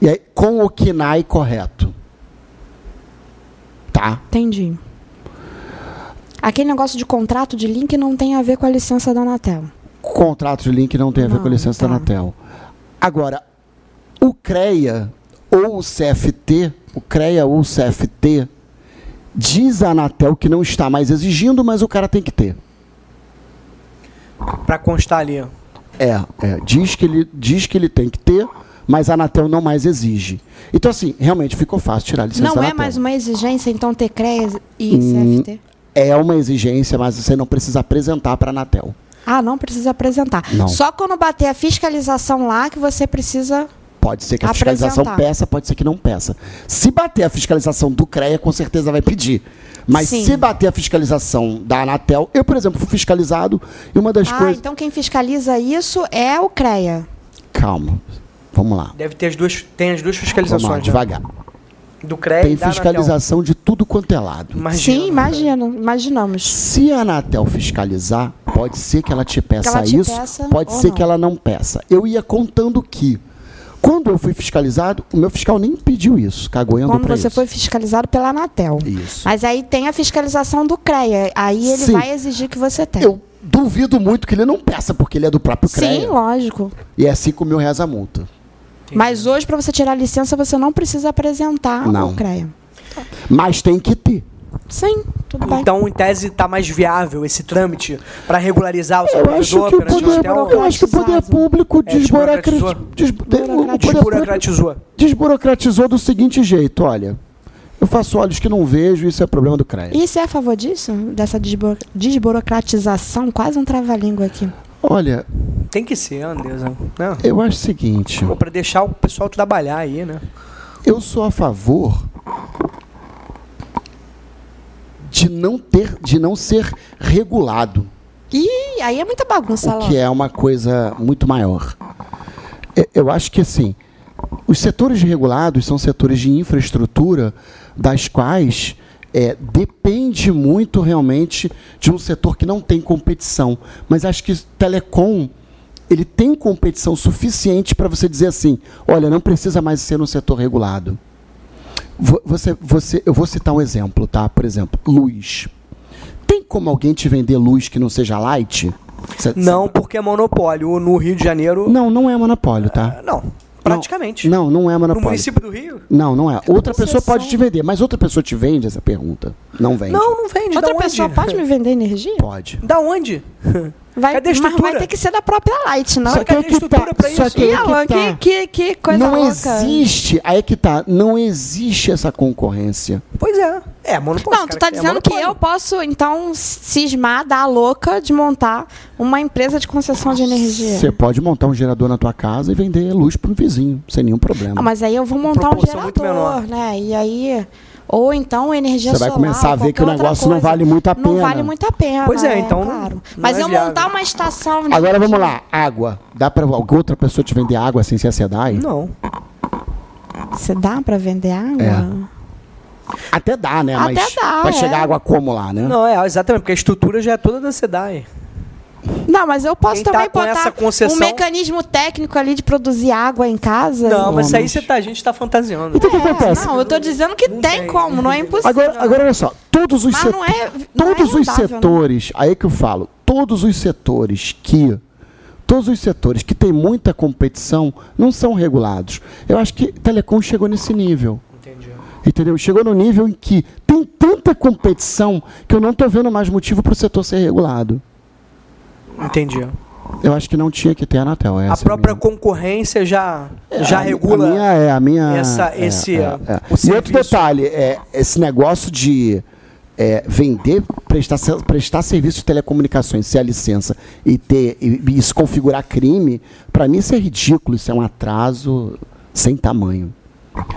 E aí, com o KNAI correto. Tá? Entendi. Aquele negócio de contrato de link não tem a ver com a licença da Anatel. Contrato de link não tem a ver Não, com a licença tá. da Anatel. Agora, o CREA ou o CFT, o CREA ou o CFT, diz a Anatel que não está mais exigindo, mas o cara tem que ter. Pra constar ali. É, é, diz, que ele, diz que ele tem que ter, mas a Anatel não mais exige. Então, assim, realmente ficou fácil tirar a licença da não é Anatel. mais uma exigência, então, ter CREAS e CFT? é uma exigência, mas você não precisa apresentar para a Anatel. Ah, não precisa apresentar. Não. Só quando bater a fiscalização lá que você precisa. Pode ser que a Apresentar. fiscalização peça, pode ser que não peça. Se bater a fiscalização do CREA, com certeza vai pedir. Mas Sim. se bater a fiscalização da Anatel, eu, por exemplo, fui fiscalizado e uma das ah, coisas. então quem fiscaliza isso é o CREA. Calma, vamos lá. Deve ter as duas. Tem as Vamos duas lá, fiscalizações. né? devagar. Do CREA Tem e da É, Anatel. fiscalização de tudo quanto é lado. Imagina. Sim, imagino, imaginamos. Se a Anatel fiscalizar, pode ser que ela te peça ela te isso, peça pode ou ser não. que ela não peça. Eu ia contando que, quando eu fui fiscalizado, o meu fiscal nem pediu isso, cagoendo Quando pra você isso. foi Ah, fiscalizado pela Anatel. Isso. Mas aí tem a fiscalização do CREA. Aí ele Sim. vai exigir que você tenha. Eu duvido muito que ele não peça, porque ele é do próprio CREA. é. Sim, lógico. E é 5 mil reais a multa. Mas hoje, para você tirar a licença, você não precisa apresentar Não. o CREA. Mas tem que ter. Sim, tudo bem. Então, em tese, está mais viável esse trâmite para regularizar o seu Eu acho, que o perante poder, hotel? eu acho que o poder público É, desburocratizou, desburocratizou. desbu- de- Tipo, o poder público Desburocratizou. desburocratizou do seguinte jeito, olha. Eu faço olhos que não vejo, isso é problema do CREA. E você é a favor disso? Dessa desbu- desburocratização? Quase um trava-língua aqui. Olha, Tem que ser, Andresa. Né? eu acho o seguinte. Pô, Pra deixar o pessoal trabalhar aí, né? Eu sou a favor de não ter, de não ser regulado. Ih, aí é muita bagunça lá. o que é uma coisa muito maior. E- Eu acho que assim, os setores regulados são setores de infraestrutura das quais é, depende muito realmente de um setor que não tem competição. Mas acho que telecom ele tem competição suficiente para você dizer assim, olha, não precisa mais ser um setor regulado. Vo- Você, você, eu vou citar um exemplo, tá? Por exemplo, luz. Tem como alguém te vender luz que não seja light? Cê- Não porque é monopólio. No Rio de Janeiro, Não, não é monopólio, tá? não. Ah, Praticamente. Não, não é No monopólio. município do Rio? Não, não é. Outra pessoa concessão. pode te vender, mas outra pessoa te vende essa pergunta. Não vende. Não, não vende. Outra da pessoa onde? pode me vender energia? Pode. Da onde? Vai, Cadê a mas estrutura? vai ter que ser da própria Light, não? Só que cadê é a que tá. estrutura pra Só isso? que Ih, é Alan, que que, tá. que, que coisa não louca. existe, aí é que tá, não existe essa concorrência. Pois é. É, monopólio. Não, cara, tu tá é dizendo que monopólio. eu posso, então, cismar, dar a louca de montar uma empresa de concessão de energia. Você pode montar um gerador na tua casa e vender luz pro vizinho, sem nenhum problema. Ah, mas aí eu vou montar um proporção muito menor. gerador, né? E aí. Ou então energia Você vai solar. começar a ver qualquer que o outra negócio não coisa. vale muito a Não pena. vale muito a pena. né? Pois é, então não- Claro. não Mas é eu viável. montar uma estação. né? de Agora vamos energia- lá, água. Dá pra outra pessoa te vender água sem ser a SEDAI? Não. Você dá pra vender água? É. Até dá, né? Até mas dá, vai é. chegar água como lá, né? Não, é, exatamente, porque a estrutura já é toda da SEDAI. Não, mas eu posso Quem tá também com botar essa concessão- um mecanismo técnico ali de produzir água em casa. Não, mas isso aí mas- você tá, a gente tá fantasiando. Então o que É, acontece? não, eu tô dizendo que tem, tem, como, não é impossível. Agora, agora olha só, todos os Mas seto- não é- não é todos os rentável, né? setores, aí é que eu falo, todos os setores que todos os setores que têm muita competição não são regulados. Eu acho que Telecom chegou nesse nível. Entendi. Entendeu? Chegou no nível em que tem tanta competição que eu não estou vendo mais motivo para o setor ser regulado. Entendi. Eu acho que não tinha que ter é a Anatel. A própria concorrência já, É, já a, regula. A minha, é, a minha essa- é, esse, é, é, é. o E outro serviço. detalhe, é, esse negócio de é, vender, prestar, ser- prestar serviço de telecomunicações, ser a licença e ter e, e isso configurar crime, para mim isso é ridículo, isso é um atraso sem tamanho.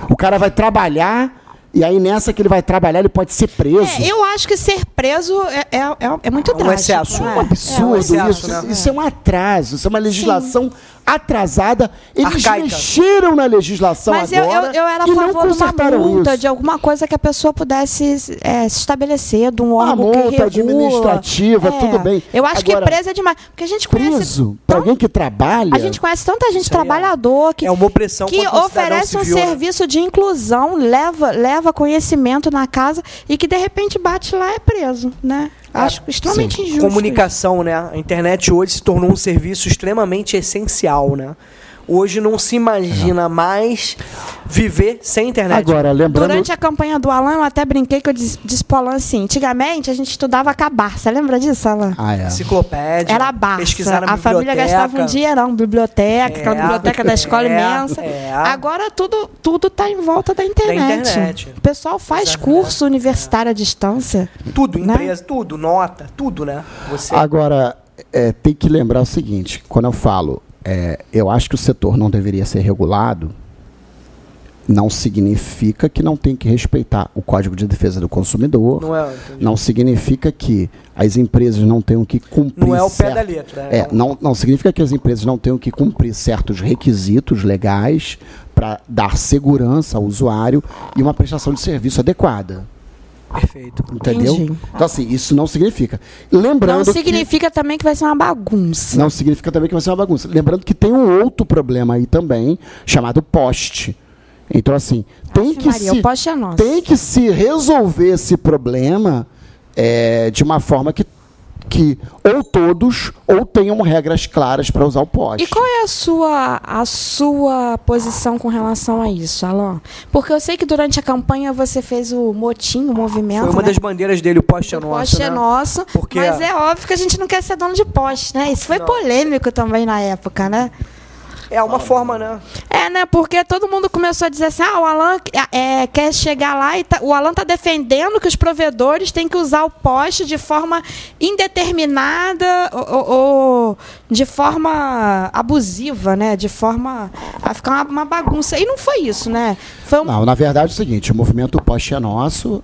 O cara vai trabalhar e aí nessa que ele vai trabalhar ele pode ser preso. É, eu acho que ser preso é, é, é muito um drástico. excesso, né? um É, absurdo excesso, isso. né? Isso é um atraso, isso é uma legislação atrasada. Eles Arcaica. mexeram na legislação Mas eu, agora eu, eu era a e não favor de uma consertaram multa, isso. de alguma coisa que a pessoa pudesse é, se estabelecer, de um Uma órgão que multa regula. É. administrativa, tudo bem. Eu acho Agora, que preso é demais. Porque a gente conhece. Preso, para alguém que trabalha, Então, A gente conhece tanta gente aí é- trabalhador que, é uma opressão que contra o cidadão oferece um civil, né? serviço de inclusão, leva, leva conhecimento na casa e que de repente bate lá e é preso, né? Acho extremamente injusto. Comunicação, né? A internet hoje se tornou um serviço extremamente essencial, né? Hoje não se imagina mais viver sem internet. agora lembrando, Durante a campanha do Alan, eu até brinquei que eu disse, disse pro Alan assim: antigamente a gente estudava a Cabar. Você lembra disso, Alan? ah, é. Enciclopédia. Era a Barça. Pesquisar na a família biblioteca. gastava um dinheirão, biblioteca, aquela É, biblioteca da escola é, imensa. é. Agora tudo, tudo tá em volta da internet. internet. O pessoal faz curso universitário à distância. Tudo, Né? empresa, tudo, nota, tudo, né? Você. Agora, é, tem que lembrar o seguinte: quando eu falo, é, eu acho que o setor não deveria ser regulado, não significa que não tem que respeitar o Código de Defesa do Consumidor. Não é, entendi. não significa que as empresas não tenham que cumprir. Não é o pé certo- da letra, né? É, não, não significa que as empresas não tenham que cumprir certos requisitos legais para dar segurança ao usuário e uma prestação de serviço adequada. Perfeito. É Entendeu? Entendi. Então, assim, isso não significa. Lembrando. Não que- Então significa também que vai ser uma bagunça. não significa também que vai ser uma bagunça. Lembrando que tem um outro problema aí também, chamado poste. Então, assim, tem que Maria, se, o poste é nosso. tem que se resolver esse problema é, de uma forma que, que ou todos ou tenham regras claras para usar o poste. E qual é a sua, a sua posição com relação a isso, Alan? Porque eu sei que durante a campanha você fez o motim, o movimento. Foi uma né? das bandeiras dele, o poste é O nosso. poste é né? nosso, Porque mas a- é óbvio que a gente não quer ser dono de poste, né? Isso foi polêmico também na época, né? É uma forma, né? É, né? Porque todo mundo começou a dizer assim, ah, o Alan é, é, quer chegar lá e tá- o Alan tá defendendo que os provedores têm que usar o poste de forma indeterminada ou, ou- ou de forma abusiva, né? De forma a ficar uma, uma bagunça. E não foi isso, né? Foi um... Não, na verdade é o seguinte, o movimento poste é nosso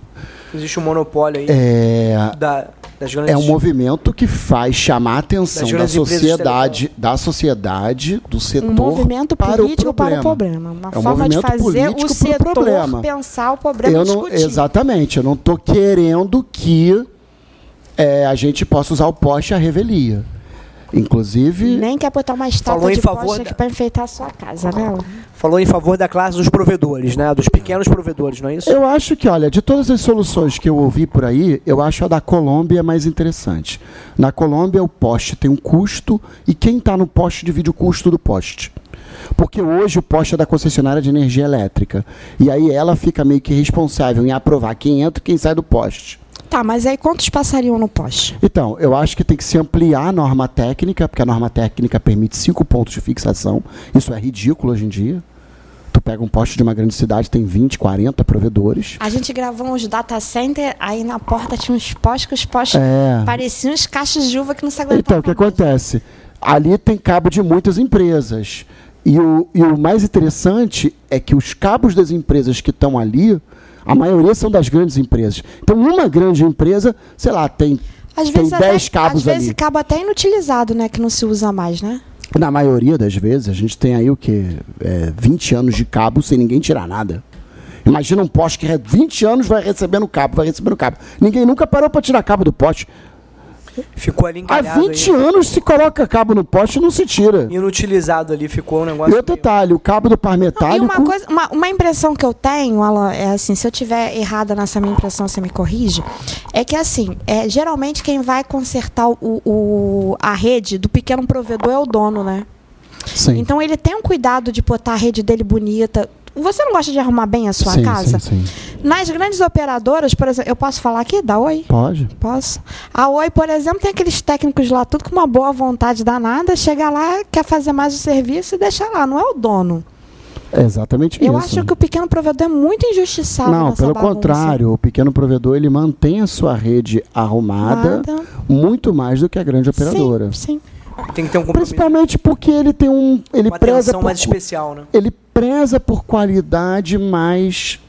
Existe um monopólio aí é, da, das grandes. é um movimento que faz chamar a atenção Das da grandes empresas de sociedade, da sociedade, do setor um movimento para o político problema. para o problema. Uma É um forma de movimento fazer o político pro setor problema. pensar o problema eu e não, discutir. exatamente, eu não estou querendo que é, a gente possa usar o poste à revelia. Inclusive, Nem quer botar uma estátua Falou em de favor poste da- aqui para enfeitar a sua casa, né? Alan? Falou em favor da classe dos provedores, né? Dos pequenos provedores, não é isso? Eu acho que, olha, de todas as soluções que eu ouvi por aí, eu acho a da Colômbia mais interessante. Na Colômbia, o poste tem um custo e quem está no poste divide o custo do poste. Porque hoje o poste é da concessionária de energia elétrica. E aí ela fica meio que responsável em aprovar quem entra e quem sai do poste. Tá, mas aí quantos passariam no poste? Então, eu acho que tem que se ampliar a norma técnica, porque a norma técnica permite cinco pontos de fixação. Isso é ridículo hoje em dia. Tu pega um poste de uma grande cidade, tem 20, 40 provedores. A gente gravou uns data center, aí na porta tinha uns postes, que os postes É. pareciam uns caixas de uva que não se Então, aguentavam. o que mais. acontece? Ali tem cabo de muitas empresas. E o, e o mais interessante é que os cabos das empresas que estão ali, a maioria são das grandes empresas. Então, uma grande empresa, sei lá, tem, Às tem vezes, 10 até, cabos às vezes ali. cabo até inutilizado, né? Que não se usa mais, né? Na maioria das vezes, a gente tem aí o quê? É, 20 anos de cabo sem ninguém tirar nada. Imagina um poste que é 20 anos vai recebendo cabo, vai recebendo cabo. Ninguém nunca parou para tirar cabo do poste. Ficou ali Há encalhado. 20 aí. anos se coloca cabo no poste e não se tira. Inutilizado ali, ficou um E negócio. outro detalhe, o cabo do par E metálico. uma coisa, uma, uma impressão que eu tenho, Alan, é assim, se eu tiver errada nessa minha impressão, você me corrige, é que assim, é, geralmente quem vai consertar o, o- a rede do pequeno provedor é o dono, né? Sim. Então ele tem um cuidado de botar a rede dele bonita. Você não gosta de arrumar bem a sua Sim, casa? sim, sim. Nas grandes operadoras, por exemplo, eu posso falar aqui? Dá oi? Pode? Posso. A Oi, por exemplo, tem aqueles técnicos lá, tudo com uma boa vontade danada, chega lá, quer fazer mais o serviço e deixa lá, não é o dono. É exatamente Eu isso. acho que o pequeno provedor é muito injustiçado. Não, nessa pelo bagunça. contrário, o pequeno provedor ele mantém a sua rede arrumada Nada. muito mais do que a grande operadora. Sim, sim. Tem que ter um compromisso. Principalmente porque ele tem um. Ele Uma preza atenção por, mais especial, né? ele preza por qualidade mais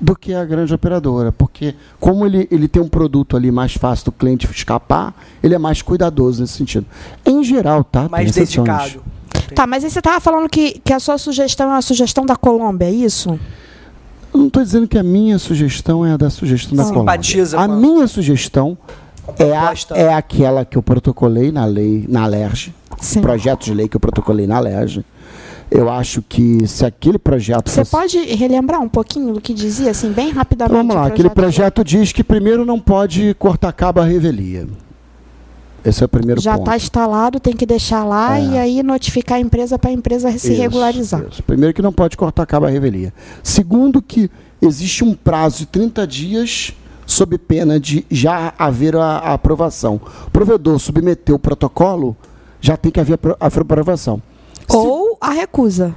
do que a grande operadora. Porque como ele, ele tem um produto ali mais fácil do cliente escapar, ele é mais cuidadoso nesse sentido. Em geral, tá? Mais Tem exceções. dedicado. Tá, mas aí você estava falando que, que a sua sugestão é uma sugestão da Colômbia, é isso? Eu não estou dizendo que a minha sugestão é a da sugestão da Simpatiza Colômbia. A com a- minha sugestão é, a- proposta. é aquela que eu protocolei na lei, na LERJ, Sim. projeto de lei que eu protocolei na LERJ. Eu acho que se aquele projeto Você fosse... pode relembrar um pouquinho do que dizia, assim, bem Então, rapidamente? tá vamos lá, o aquele projeto diz que primeiro não pode cortar cabo à revelia. Esse é o primeiro Já tá ponto. É. está instalado, tem que deixar lá e aí notificar a empresa para a empresa se Isso, regularizar. isso. Primeiro que não pode cortar cabo à revelia. Segundo que existe um prazo de 30 dias sob pena de já haver a, a aprovação. O provedor submeteu o protocolo, já tem que haver a apro- a aprovação. Ou a recusa.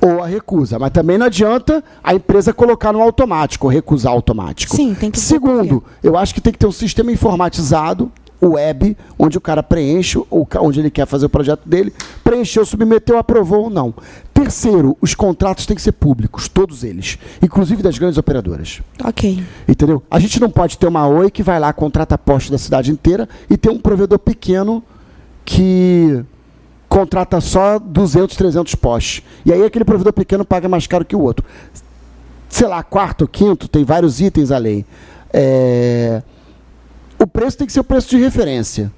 Ou a recusa. Mas também não adianta a empresa colocar no automático, recusar automático. Sim, tem que Segundo, eu acho que tem que ter um sistema informatizado, web, onde o cara preenche, o ca- onde ele quer fazer o projeto dele, preencheu, submeteu, aprovou ou não. Terceiro, os contratos têm que ser públicos, todos eles, inclusive das grandes operadoras. Ok. Entendeu? A gente não pode ter uma Oi que vai lá, contrata poste da cidade inteira e ter um provedor pequeno que contrata só 200, 300 postes. E aí aquele provedor pequeno paga mais caro que o outro. Sei lá, quarto, quinto, tem vários itens além. É... O preço tem que ser o preço de referência.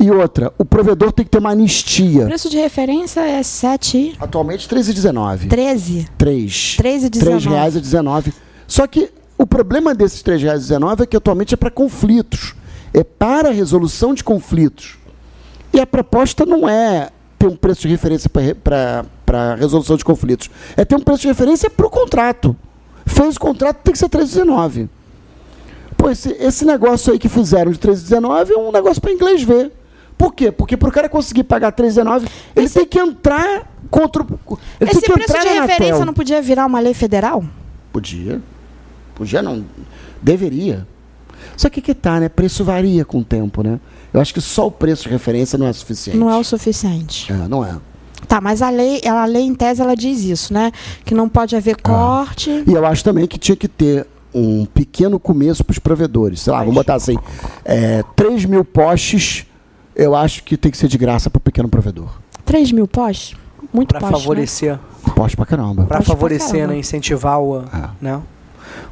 E outra, o provedor tem que ter uma anistia. Preço de referência é 7 Atualmente, R$13,19. 13. 3. Três e Três reais e 19. Só que o problema desses R$ 3,19 é que atualmente é para conflitos. É para a resolução de conflitos. E a proposta não é ter um preço de referência para resolução de conflitos. É ter um preço de referência para o contrato. Fez o contrato, tem que ser R$ 3,19. Pô, esse, esse negócio aí que fizeram de 3,19 é um negócio para inglês ver. Por quê? Porque para o cara conseguir pagar 3,19, ele tem que entrar contra o. Ele Esse tem que preço entrar de na referência Anatel. não podia virar uma lei federal? Podia. Podia não. Deveria. Só que que tá, né? Preço varia com o tempo, né? Eu acho que só o preço de referência não é suficiente. Não é o suficiente. É, não é. Tá, mas a lei, ela, a lei em tese, ela diz isso, né? Que não pode haver Tá. corte. E eu acho também que tinha que ter um pequeno começo para os provedores. Sei lá, vamos botar assim, é, 3 mil postes, eu acho que tem que ser de graça para o pequeno provedor. 3 mil postes? Muito Pra poste, né? favorecer. Poste pra caramba. Pra Acho pra favorecer, caramba. né? Incentivar o. Ah. Né?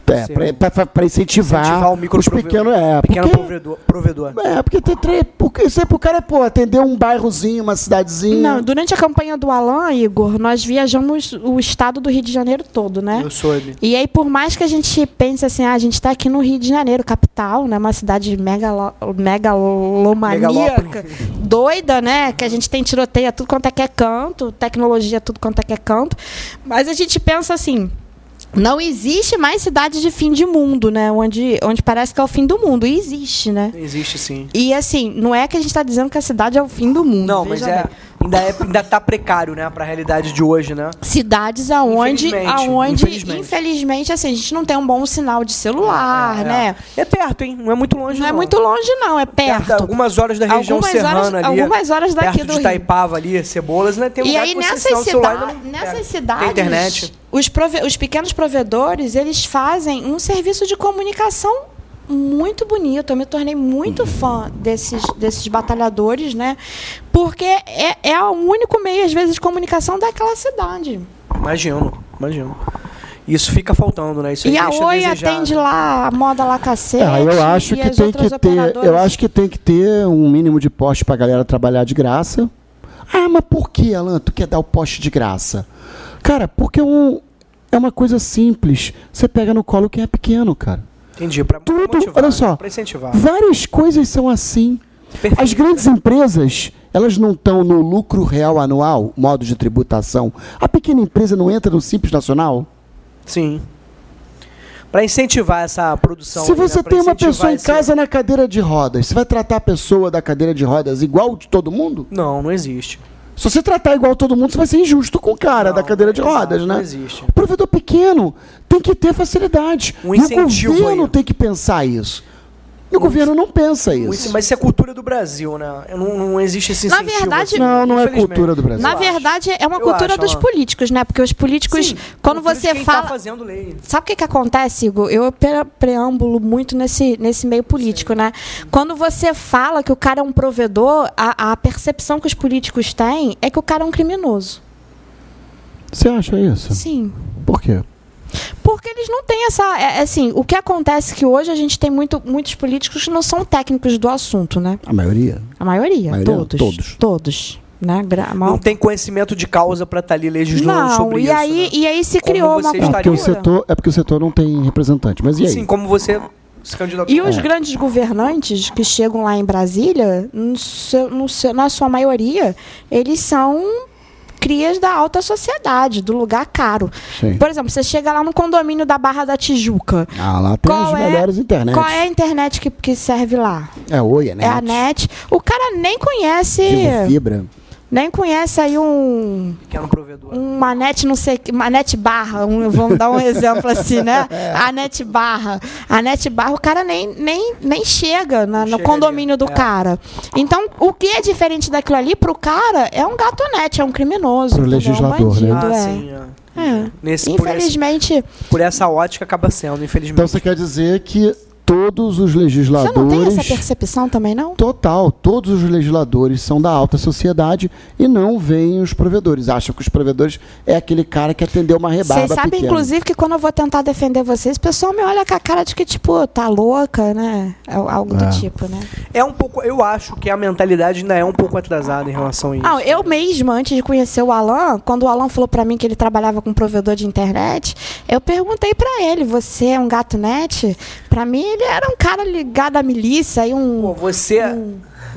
É, pra- pra- pra- pra incentivar, Incentivar o os microprovedor. pequenos. É, Pequeno porque- provedor. provedor. É, porque tem três. Porque isso é pro cara, pô, atender um bairrozinho, uma cidadezinha. Não, durante a campanha do Alan, Igor, nós viajamos o estado do Rio de Janeiro todo, É. né? Eu soube. E aí, por mais que a gente pense assim, ah, a gente está aqui no Rio de Janeiro, capital, né? Uma cidade megalo, megalomaníaca, doida, né? Que a gente tem tiroteio a tudo quanto é que é canto, tecnologia a tudo quanto é que é canto. Mas a gente pensa assim, Não existe mais cidade de fim de mundo, né? Onde, onde parece que é o fim do mundo. E existe, né? Existe sim. E assim, não é que a gente está dizendo que a cidade é o fim do mundo. Não, mas veja é, bem. ainda, é, ainda tá precário, né, pra realidade de hoje, né? Cidades aonde, Infelizmente, aonde infelizmente. infelizmente. assim, a gente não tem um bom sinal de celular, É, né? É. É perto, hein? Não é muito longe, Não é muito longe, não, é perto. Algumas horas da região Algumas serrana horas- ali. algumas horas perto daqui do de Rio. Itaipava ali, Cebolas, né? Tem um E lugar que aí, você nessas, sinal do celular cida- ainda não pega. nessas cidades, Tem internet. Os, prove- os pequenos provedores, eles fazem um serviço de comunicação muito bonito. Eu me tornei Uhum. muito fã desses, desses batalhadores, né? Porque é, é o único meio, às vezes, de comunicação daquela cidade. Imagino, imagino. Isso fica faltando, né? Isso aí e a deixa Oi desejar, atende né? lá a moda lá cacete. É, eu acho e que as tem outras que ter, operadoras. eu acho que tem que ter um mínimo de poste pra galera trabalhar de graça. Ah, mas por que, Alan, tu quer dar o poste de graça? Cara, porque é um é uma coisa simples. Você pega no colo quem é pequeno, cara. Entendi, pra Tudo, motivar, olha só. pra incentivar. Várias coisas são assim. Perfeito. As grandes empresas, elas não estão no lucro real anual, modo de tributação. A pequena empresa não entra no Simples Nacional? Sim. Pra incentivar essa produção. Se aí, né? você Pra tem uma incentivar pessoa em esse- casa na cadeira de rodas, você vai tratar a pessoa da cadeira de rodas igual de todo mundo? Não, não existe. Se você tratar igual todo mundo, você vai ser injusto com o cara Não, da cadeira de exato, rodas, né? não existe. O provedor pequeno tem que ter facilidade. Um e o incentivo governo aí. Um tem que pensar isso. E o governo não pensa isso. Muito- mas isso é cultura do Brasil, né? Não, não existe esse Na incentivo. verdade- assim, Não, não é infelizmente. cultura do Brasil. Na Eu verdade, é uma Eu cultura acho, dos Alan. políticos, né? Porque os acho. políticos, Sim, quando cultura de você quem tá fala. fazendo lei. Sabe o que, que acontece, Igor? Eu pre- preâmbulo muito nesse, nesse meio político, né? Quando você fala que o cara é um provedor, a, a percepção que os políticos têm é que o cara é um criminoso. Você acha isso? Sim. Por quê? Porque eles não têm essa. é- é assim, o que acontece é que hoje a gente tem muito, muitos políticos que não são técnicos do assunto, né? A maioria. A maioria. A maioria, todos. todos. Todos. Né? Gra- mal- Não tem conhecimento de causa pra estar ali legislando Não, sobre e isso. aí, né? e aí se Como criou uma você É estaria- porque, o Estaria. setor, é porque o setor não tem representante. Mas e aí? tá Sim, como você se candidatou. E os É. grandes governantes que chegam lá em Brasília, no seu- no seu- na sua maioria, eles são crias da alta sociedade, do lugar caro. Sim. Por exemplo, você chega lá no condomínio da Barra da Tijuca. Ah, lá tem as Qual é- melhores internet. Qual é a internet que, que serve lá? É oi, é net. É a net. O cara nem Vivo conhece, fibra. nem conhece aí um Pequeno provedor. uma net, Um não sei, que- uma net barra, um- vamos dar um exemplo assim, né? É. A net barra. A net barra, o cara nem, nem, nem chega na- no Chegaria, condomínio do é. cara. Então, o que é diferente daquilo ali, pro cara, é um gatonete, é um criminoso. Pro entendeu? legislador, é um né? bandido, ah, é. sim. é. É. Nesse, por, esse, Infelizmente, por essa ótica acaba sendo, Então infelizmente. você quer dizer que todos os você legisladores. não tem essa percepção também, não? Total, todos os legisladores são da alta sociedade e não veem os provedores. Acham que os provedores é aquele cara que atendeu uma rebarba Vocês sabem, pequena. inclusive, que quando eu vou tentar defender vocês, o pessoal me olha com a cara de que, tipo, tá louca, né? Al- Algo É. do tipo, né? É um pouco, eu acho que a mentalidade ainda é um pouco atrasada em relação a isso. Ah, eu mesma, antes de conhecer o Alan, quando o Alan falou pra mim que ele trabalhava com provedor de internet, eu perguntei pra ele: você é um gato net? Pra mim, ele era um cara ligado à milícia e Pô, um. você.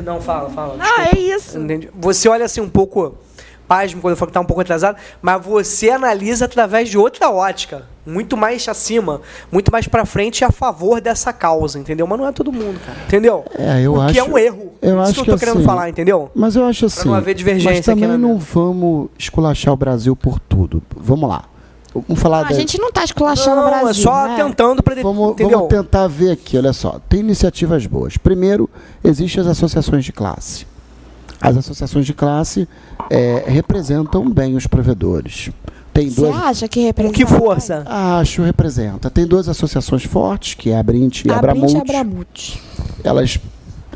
Não, fala, fala. Ah, é isso. Entendi. Você olha assim um pouco pasmo quando eu falo que tá um pouco atrasado, mas você analisa através de outra ótica, muito mais acima, muito mais pra frente e a favor dessa causa, entendeu? Mas não é todo mundo, cara. Entendeu? É, eu o que acho- é um erro. eu Isso acho que eu que tô querendo assim- falar, entendeu? Mas eu acho assim. não haver divergência mas também aqui na não minha. vamos esculachar o Brasil por tudo. Vamos lá. Vamos falar Ah, da- a gente não tá esculachando não, o Brasil. é só né? tentando pra de- Vamos, entendeu? vamos tentar ver aqui, olha só. Tem iniciativas boas. Primeiro, existem as associações de classe. As associações de classe eh, representam bem os provedores. Tem Você duas. acha que Com representa? que força? Acho, representa. Tem duas associações fortes, que é a Brint e a Abramult. Abrinte Abramute. Elas,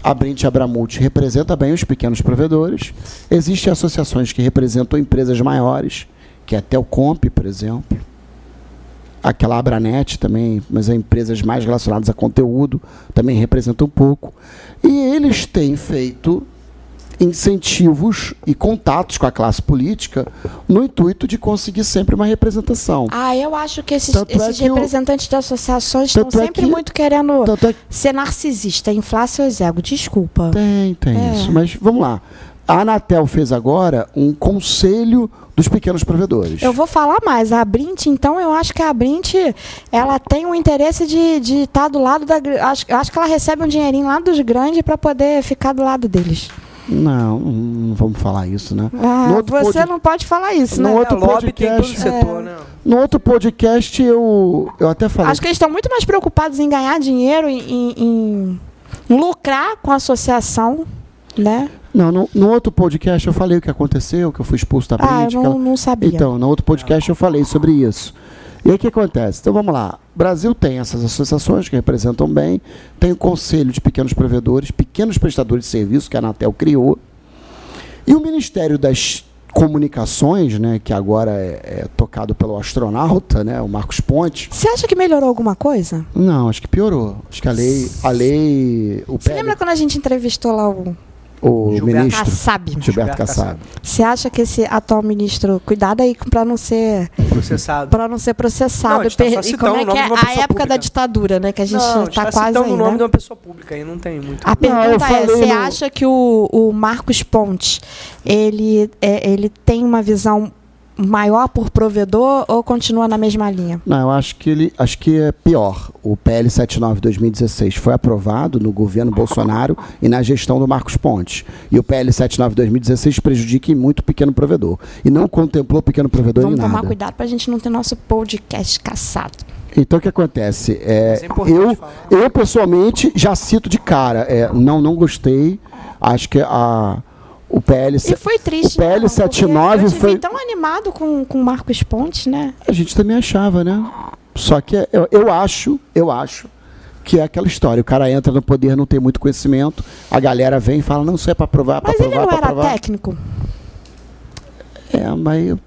a Brint e a Abramult representa bem os pequenos provedores. Existem associações que representam empresas maiores, que é a Telcomp, por exemplo. Aquela Abranet também, mas é empresas mais relacionadas a conteúdo, também representam um pouco. E eles têm feito incentivos e contatos com a classe política no intuito de conseguir sempre uma representação. Ah, eu acho que esses, Tanto é esses que eu- representantes de associações estão Tanto é sempre que- muito querendo Tanto é que ser narcisista, inflar seus ego. Desculpa. Tem, tem É. isso. Mas vamos lá. A Anatel fez agora um conselho dos pequenos provedores. Eu vou falar mais. A Brint, então, eu acho que a Brint ela tem o interesse de estar de tá do lado da. gr- Acho, acho que ela recebe um dinheirinho lá dos grandes para poder ficar do lado deles. Não, não vamos falar isso, né? Ah, No você outro pod- não pode falar isso, No né? outro é, lobby tem todo o podcast- setor, É. né? No outro podcast eu, eu até falei. Acho que eles estão muito mais preocupados em ganhar dinheiro, em, em- em lucrar com a associação, né? Não, no, no outro podcast eu falei o que aconteceu, que eu fui expulso da Ah, eu Brint. que ela- não, não sabia. Então, no outro podcast eu falei sobre isso. E aí o que acontece? Então vamos lá. O Brasil tem essas associações que representam bem, tem o Conselho de Pequenos Provedores, Pequenos Prestadores de Serviço, que a Anatel criou, e o Ministério das Comunicações, né, que agora é, é tocado pelo astronauta, né, o Marcos Ponte. Você acha que melhorou alguma coisa? Não, acho que piorou. Acho que a lei, a lei, o, Você PL, lembra quando a gente entrevistou lá o o Gilberto ministro Kassab? Gilberto Gilberto Kassab. Você acha que esse atual ministro, cuidado aí para não ser Processado. para não ser processado Não, a gente tá per- só e citando como é o nome que é de uma a pessoa época pública. da ditadura, né, que a gente não, tá está quase citando aí, o nome né? de uma pessoa pública aí, não tem muito. A eu pergunta é, falei você no- acha que o, o Marcos Pontes, ele, é- ele tem uma visão maior por provedor ou continua na mesma linha? Não, eu acho que ele acho que é pior. O PL 79 2016 foi aprovado no governo Bolsonaro e na gestão do Marcos Pontes. E o PL 79 2016 prejudica em muito o pequeno provedor e não contemplou o pequeno provedor Vamos em tomar nada. cuidado para a gente não ter nosso podcast caçado. Então o que acontece? É, Mas é importante eu, falar. eu pessoalmente já cito de cara, é, não não gostei. Acho que a o PL E foi triste. O PL né, porque 79 eu te vi foi- tão animado com com o Marcos Pontes, né? A gente também achava, né? Só que eu, eu acho, eu acho que é aquela história. O cara entra no poder, não tem muito conhecimento, a galera vem e fala, não, isso é pra provar, pra Mas ele provar, não pra era provar. técnico. É, mas eu-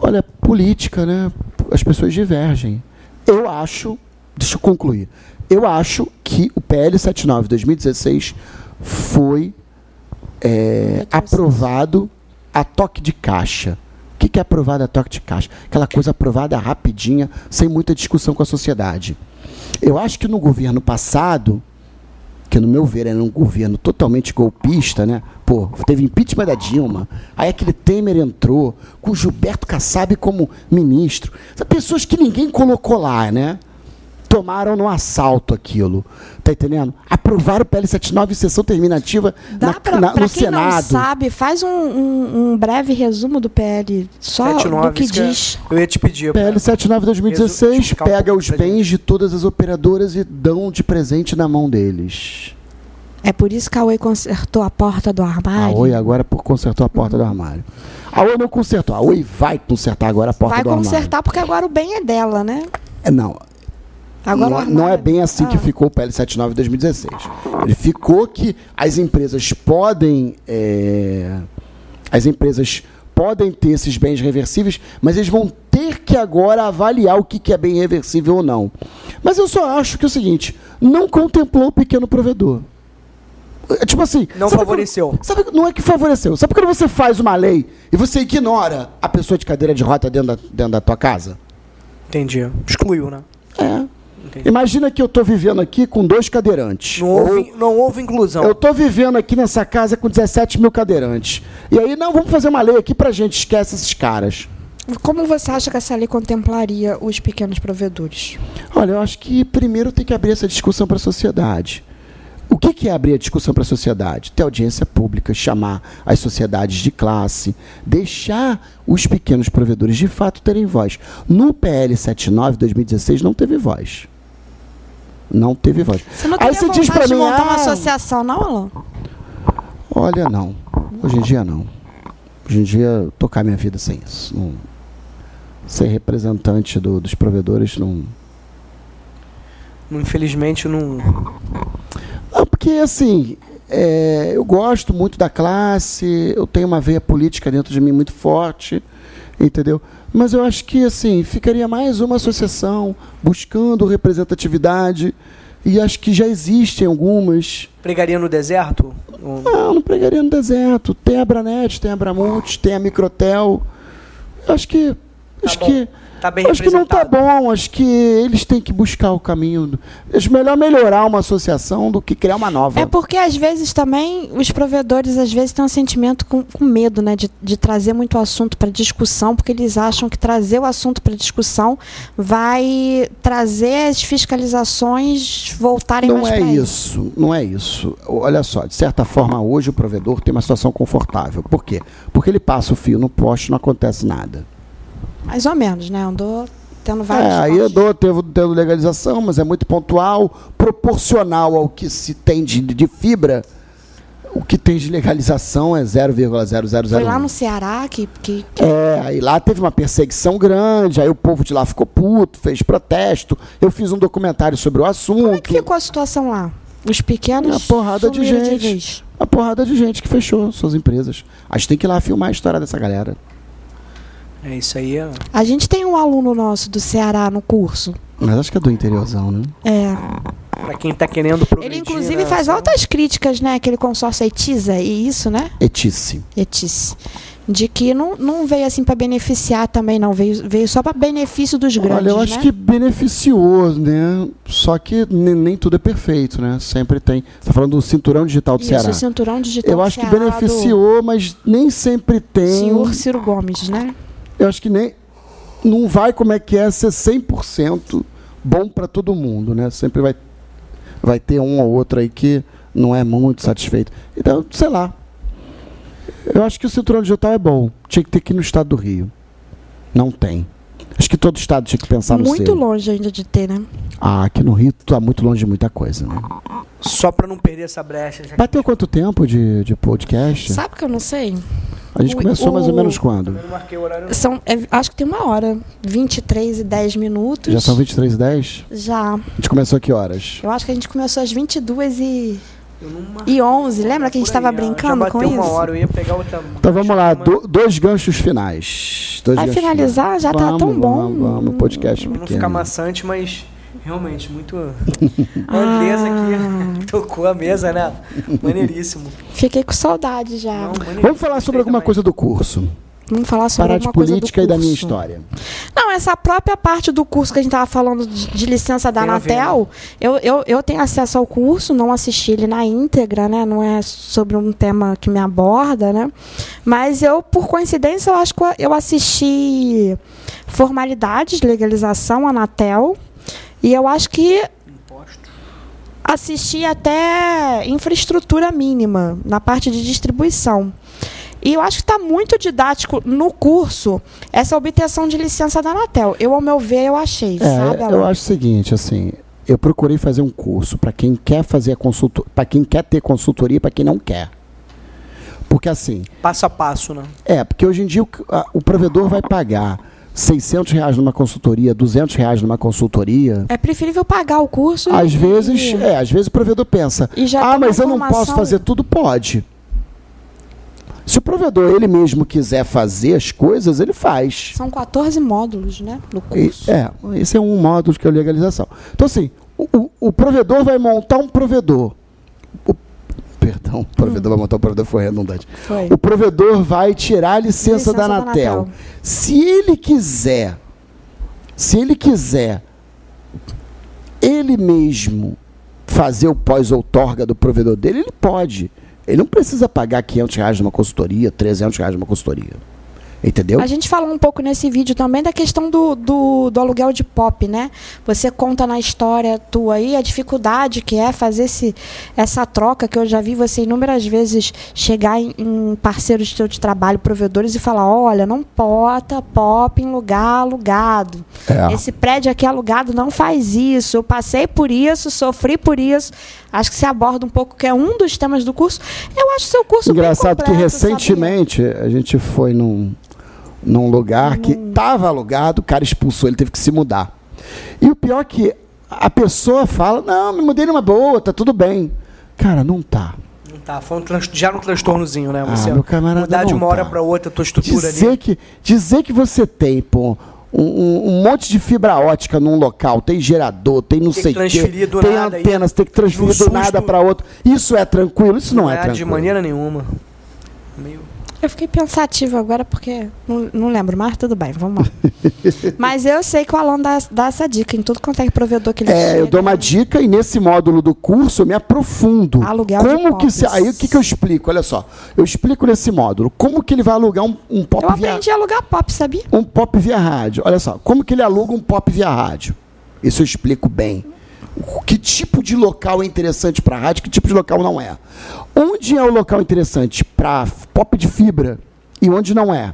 olha, política, né? As pessoas divergem. Eu acho, deixa eu concluir. Eu acho que o PL 79 2016 foi é, aprovado a toque de caixa. O que que é aprovado a toque de caixa? Aquela coisa aprovada rapidinha, sem muita discussão com a sociedade. Eu acho que no governo passado, que no meu ver era um governo totalmente golpista, né? Pô, teve impeachment da Dilma, aí aquele Temer entrou, com Gilberto Kassab como ministro. São pessoas que ninguém colocou lá, né? Tomaram no assalto aquilo. Tá entendendo? Aprovaram o PL 79 em sessão terminativa Dá na- pra, na- pra no quem não Senado. sabe, faz um, um- um breve resumo do PL, só do que isso que diz. Eu ia te pedir. PL 79 Resu- 2016 explicar um pega pouco os pra gente. bens de todas as operadoras e dão de presente na mão deles. É por isso que a Oi consertou a porta do A armário. Oi agora por- consertou a porta do armário. A Oi não consertou, a Oi vai consertar agora a porta Vai do armário. consertar porque agora o bem é dela, né? É, Não, Agora o não, armário não é bem assim que Ah. ficou o PL 79 de 2016. Ele ficou que as empresas podem. é, as empresas podem ter esses bens reversíveis, mas eles vão ter que agora avaliar o que, que é bem reversível ou não. Mas eu só acho que é o seguinte: não contemplou o pequeno provedor. É, Tipo assim. Não sabe favoreceu. quando- sabe, não é que favoreceu. Sabe quando você faz uma lei e você ignora a pessoa de cadeira de rota dentro da, dentro da tua casa? Entendi. Excluiu, né? É. Entendi. Imagina que eu estou vivendo aqui com dois cadeirantes. Não houve, não houve inclusão. Eu estou vivendo aqui nessa casa com 17 mil cadeirantes. E aí, não, vamos fazer uma lei aqui pra gente, esquece esses caras. Como você acha que essa lei contemplaria os pequenos provedores? Olha, eu acho que primeiro tem que abrir essa discussão para a sociedade. O que que é abrir a discussão para a sociedade? Ter audiência pública, chamar as sociedades de classe, deixar os pequenos provedores de fato terem voz. No PL 79 2016 não teve voz. Não teve voz. Você não aí teria você diz para vontade de mim, montar uma ah, associação, não, Alan? Olha, não. Hoje em dia, não. Hoje em dia, tocar minha vida sem isso. Não- Ser representante do- dos provedores não. Infelizmente, não. Não, porque, assim, é, eu gosto muito da classe, eu tenho uma veia política dentro de mim muito forte, entendeu? Mas eu acho que, assim, ficaria mais uma associação buscando representatividade, e acho que já existem algumas. Pregaria no deserto? Ou- Não, não pregaria no deserto. Tem a Abranet, tem a Abramonte, tem a Microtel. Eu acho que Acho Tá bom. que. Tá bem acho que não tá representado. bom, acho que eles têm que buscar o caminho. do- Acho melhor melhorar uma associação do que criar uma nova. É porque às vezes também os provedores às vezes têm um sentimento com, com medo, né, de, de trazer muito assunto para discussão, porque eles acham que trazer o assunto para discussão vai trazer as fiscalizações voltarem Não mais é pra eles. isso, não é isso. Olha só, de certa forma, hoje o provedor tem uma situação confortável. Por quê? Porque ele passa o fio no poste e não acontece nada. Mais ou menos, né? Andou tendo vários. É, aí cortes. eu dou, teve, tendo legalização, mas é muito pontual, proporcional ao que se tem de, de fibra. O que tem de legalização é 0,0001. Foi lá no Ceará que. que, que- É, aí lá teve uma perseguição grande, aí o povo de lá ficou puto, fez protesto. Eu fiz um documentário sobre o assunto. Como é que ficou a situação lá? Os pequenos. Uma porrada de sumiram gente. vez. Uma porrada de gente que fechou suas empresas. A gente tem que ir lá filmar a história dessa galera. É isso aí. é- A gente tem um aluno nosso do Ceará no curso. Mas acho que é do interiorzão, né? É. Pra quem tá querendo progredir. Ele, inclusive, né, faz assim, um altas críticas, né? Aquele consórcio ETISA e isso, né? Etice. ETIS. De que não, não veio assim para beneficiar também, não. Veio, veio só para benefício dos grandes. Olha, eu acho né? que beneficiou, né? Só que ne- nem tudo é perfeito, né? Sempre tem. Você tá falando do cinturão digital do Isso, Ceará. o cinturão digital. Eu do acho que Ceará do beneficiou, mas nem sempre tem. Senhor Ciro Gomes, né? Eu acho que nem. Não vai como é que é ser 100% bom para todo mundo, né? Sempre vai, vai ter um ou outro aí que não é muito satisfeito. Então, sei lá. Eu acho que o cinturão digital é bom. Tinha que ter aqui no estado do Rio. Não tem. Acho que todo estado tinha que pensar no Tá Muito seu. longe ainda de ter, né? Ah, aqui no Rio tá muito longe de muita coisa, né? Só pra não perder essa brecha. já que- Bateu quanto tempo de, de podcast? Sabe que eu não sei? A gente o- começou mais ou o- menos quando? Também não marquei o horário. não. São, é, acho que tem uma hora. 23 e 10 minutos. Já são 23 e 10? Já. A gente começou a que horas? Eu acho que a gente começou às 22 e, Eu não marquei e 11. uma hora, Lembra que a gente por estava aí, ó. brincando já com bateu isso? uma hora, eu ia pegar outra. Então vamos lá, Vamos do- dois ganchos finais. Dois Vai ganchos finalizar? finais. Já tá Vamos, tão bom. Vamos, vamos, podcast pequeno. ficar maçante, mas realmente, muito. A Andresa aqui tocou a mesa, né? Maneiríssimo. Fiquei com saudade já. Não, maneiríssimo. Vamos falar sobre Gostei alguma também. coisa do curso. Vamos falar sobre Parar de alguma coisa do política e da minha curso. história. Não, essa própria parte do curso que a gente estava falando de, de licença da Tem a ver, Anatel, eu, eu, eu tenho acesso ao curso, não assisti ele na íntegra, né? Não é sobre um tema que me aborda, né? Mas eu, por coincidência, eu acho que eu assisti formalidades, legalização, Anatel, e eu acho que Imposto. assisti até infraestrutura mínima na parte de distribuição. E eu acho que está muito didático no curso essa obtenção de licença da Anatel. Eu, ao meu ver, eu achei, sabe? É, Alan? eu acho o seguinte, assim, eu procurei fazer um curso para quem quer fazer a consultoria, para quem quer ter consultoria, e para quem não quer. Porque assim, Passo a passo, né? É, porque hoje em dia o, c- a- o provedor vai pagar 600 reais numa consultoria, 200 reais numa consultoria. É preferível pagar o curso. Às e- vezes, e- é, às vezes o provedor pensa, E já ah, tem mas uma eu não formação- né?" posso fazer tudo, pode. Se o provedor ele mesmo quiser fazer as coisas, ele faz. São 14 módulos, né? No E- curso. é, esse é um módulo que é a legalização. Então, assim, o, o- o provedor vai montar um provedor. O- perdão, o provedor vai montar um provedor, foi redundante. Foi. O provedor vai tirar a licença, Licença da da Anatel. Anatel. Se ele quiser, se ele quiser, ele mesmo fazer o pós-outorga do provedor dele, ele pode. Ele não precisa pagar 500 reais numa consultoria, 300 reais numa consultoria. Entendeu? A gente falou um pouco nesse vídeo também da questão do, do, do aluguel de pop, né? Você conta na história tua aí a dificuldade que é fazer esse, essa troca, que eu já vi você inúmeras vezes chegar em, em parceiros teu de trabalho, provedores, e falar: olha, não pota pop em lugar alugado. É. Esse prédio aqui alugado não faz isso. Eu passei por isso, sofri por isso. Acho que você aborda um pouco, que é um dos temas do curso. Eu acho seu curso bem Engraçado que completo, sabia? recentemente a gente foi num, num lugar que estava alugado, o cara expulsou, ele teve que se mudar. E o pior é que a pessoa fala, não, me mudei numa boa, tá tudo bem. Cara, não tá. Não tá. Foi um trans- já era um transtornozinho, né? Ah, Você meu camarada, mudar de não uma hora tá. pra outra a tua estrutura Dizer, ali. que, dizer que você tem, pô, um, um- um monte de fibra ótica num local, tem gerador, tem não Tem que sei o transferir quê, do tem nada, antena, você tem que transferir no do nada susto. para outro. Isso é tranquilo? Isso não, é, de tranquilo. maneira nenhuma. Meio. eu fiquei pensativa agora porque não, não lembro mais, tudo bem, vamos lá. Mas eu sei que o Alan dá, dá essa dica em tudo quanto é provedor que ele É, eu chega. dou uma dica e nesse módulo do curso eu me aprofundo. Aluguel de como que se, pops. Aí o que, que eu explico? Olha só. Eu explico nesse módulo como que ele vai alugar um, um pop Eu via aprendi a alugar pop, sabia? um pop via rádio. Olha só, como que ele aluga um pop via rádio? Isso eu explico bem. O- Que tipo de local é interessante para rádio, que tipo de local não é? Onde é o local interessante para pop de fibra e onde não é?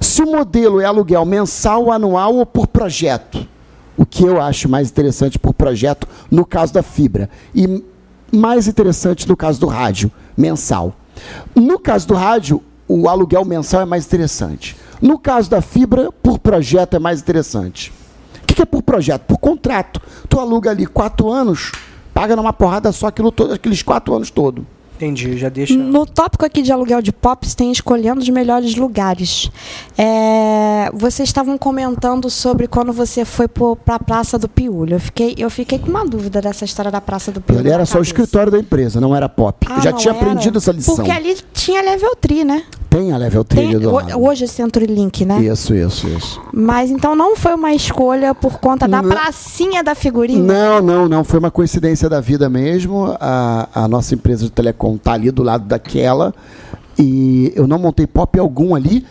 Se o modelo é aluguel mensal, anual ou por projeto, o que eu acho mais interessante por projeto no caso da fibra e mais interessante no caso do rádio, mensal. No caso do rádio, o aluguel mensal é mais interessante. No caso da fibra, por projeto é mais interessante. O que que é por projeto? Por contrato. Tu aluga ali quatro anos, paga numa porrada só aquilo todo, aqueles quatro anos todo. Entendi, já deixa. Hum. No tópico aqui de aluguel de pops tem escolhendo os melhores lugares. É, vocês estavam comentando sobre quando você foi para a Praça do Piúlio. Eu fiquei, eu fiquei com uma dúvida dessa história da Praça do Piúlio. Ali era na só o cabeça. escritório da empresa, não era pop. Ah, Eu já não tinha era? aprendido essa lição. Porque ali tinha level tree, né? Tem a level Tem- trilha do ho- lado. hoje é Centro Link, né? Isso, isso, isso. Mas então não foi uma escolha por conta da Não. pracinha da figurinha? Não, não, não. Foi uma coincidência da vida mesmo. A, a nossa empresa de telecom tá ali do lado daquela. E eu não montei pop algum ali.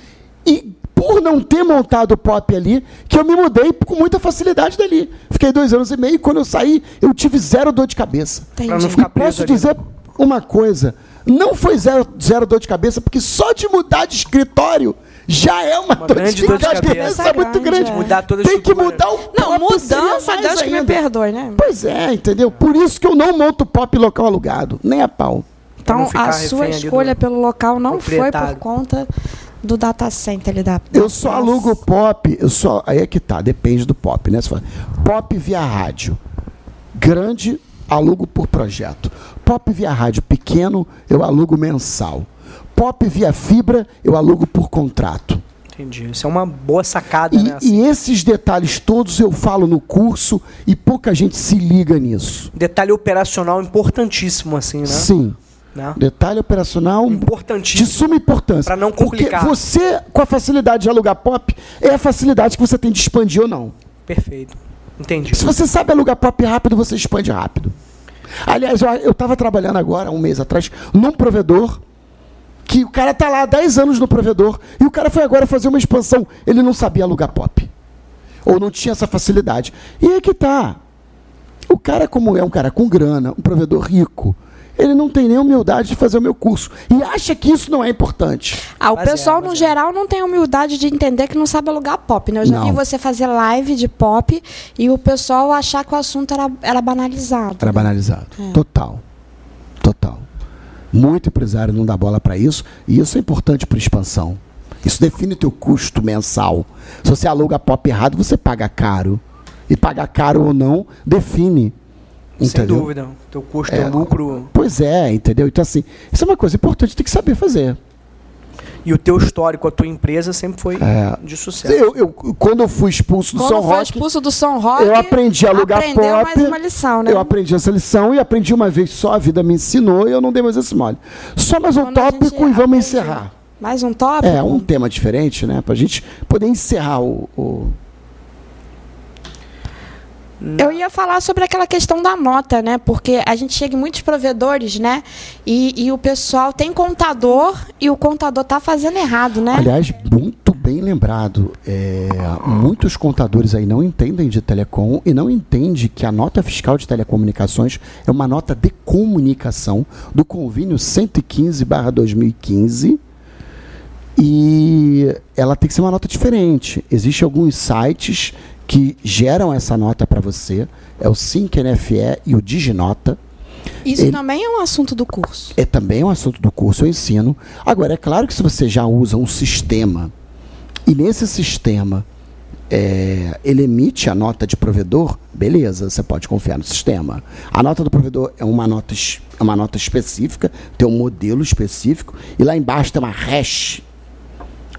E por não ter montado pop ali, que eu me mudei com muita facilidade dali. Fiquei dois anos e meio. e Quando eu saí, eu tive zero dor de cabeça. Entendi. Pra não E ficar- preso posso ali. dizer uma coisa. Não foi zero, zero dor de cabeça, porque só de mudar de escritório já é uma, dor, grande de dor de cabeça, cabeça muito grande. grande, é. Mudar toda a Tem que estrutura. mudar o Não, pop, seria mudança, mais Deus que me ainda. perdoe, né? Pois é, entendeu? Por isso que eu não monto pop em local alugado, nem a pau. Pra não Então ficar a refém sua ali do escolha pelo local não foi por proprietário. conta do data center ali da. Eu só alugo pop, eu só. Aí é que tá, depende do pop, né? Você fala, pop via rádio. Grande, alugo por projeto. Pop via rádio pequeno, eu alugo mensal. Pop via fibra, eu alugo por contrato. Entendi. Isso é uma boa sacada, E, né? assim. e esses detalhes todos eu falo no curso e pouca gente se liga nisso. Um Detalhe operacional importantíssimo, assim, né? Sim. Né? Detalhe operacional de Importantíssimo. suma importância. Pra não complicar. Porque você, com a facilidade de alugar pop, é a facilidade que você tem de expandir ou não. Perfeito. Entendi. Se você sabe alugar pop rápido, você expande rápido. Aliás, eu- eu estava trabalhando agora, um mês atrás, num provedor, que o cara tá lá há 10 anos no provedor, e o cara foi agora fazer uma expansão. Ele não sabia alugar pop. Ou não tinha essa facilidade. E aí que tá. O cara, como é um cara com grana, um provedor rico, ele não tem nem humildade de fazer o meu curso. E acha que isso não é importante. Ah, o Mas é, pessoal, mas no é. geral, não tem humildade de entender que não sabe alugar pop, né? Eu já Não. vi você fazer live de pop e o pessoal achar que o assunto era, era banalizado. Era banalizado. É. Total. Total. Muito empresário não dá bola para isso, e isso é importante para expansão. Isso define o teu custo mensal. Se você aluga pop errado, você paga caro. E pagar caro ou não, define. Sem Entendeu? dúvida. Teu custo, É. teu lucro Pois é, entendeu? Então, assim, isso é uma coisa importante, tem que saber fazer. e o teu histórico, a tua empresa sempre foi É. de sucesso. Eu, eu- quando eu fui expulso do Quando São foi Roque, expulso do São Roque, eu aprendi a alugar aprendeu pop. mais uma lição, né? Eu aprendi essa lição e aprendi uma vez só, a vida me ensinou e eu não dei mais esse mole. Só mais um Quando a gente tópico e vamos aprende encerrar. Mais um tópico? É, um tema diferente, né? Pra gente poder encerrar o. o- Eu ia falar sobre aquela questão da nota, né? Porque a gente chega em muitos provedores, né? E, e o pessoal tem contador e o contador tá fazendo errado, né? Aliás, muito bem lembrado. É, muitos contadores aí não entendem de telecom e não entendem que a nota fiscal de telecomunicações é uma nota de comunicação do convênio 115-2015. E ela tem que ser uma nota diferente. Existem alguns sites que geram essa nota para você. É o Sync NFE e o Diginota. Isso ele- também é um assunto do curso. é também um assunto do curso, eu ensino. Agora, é claro que se você já usa um sistema e nesse sistema é, ele emite a nota de provedor, beleza, você pode confiar no sistema. A nota do provedor é uma nota, es- é uma nota específica, tem um modelo específico, e lá embaixo tem uma hash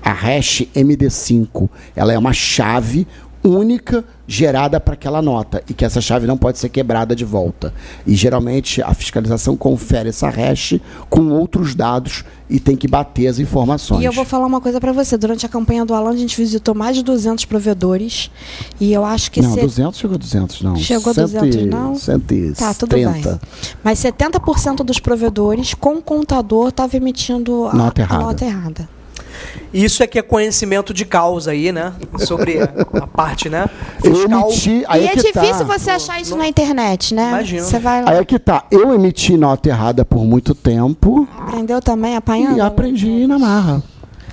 a hash MD5. Ela é uma chave única gerada para aquela nota e que essa chave não pode ser quebrada de volta. E geralmente a fiscalização confere essa hash com outros dados e tem que bater as informações. E eu vou falar uma coisa para você. Durante a campanha do Alan, a gente visitou mais de 200 provedores. E eu acho que... Não, se- 200 chegou a 200, não. Chegou a 200, não? Tá, tudo bem. 130. Mas 70% dos provedores com contador estava emitindo a Nota errada. A nota errada. Isso é que é conhecimento de causa aí, né? Sobre a parte, né? Eu Fiscal. emiti, aí e é é que difícil tá. você achar isso na internet, né? Imagino. Você vai lá, Aí é que tá. Eu emiti nota errada por muito tempo aprendeu também, apanhando. e aprendi na marra.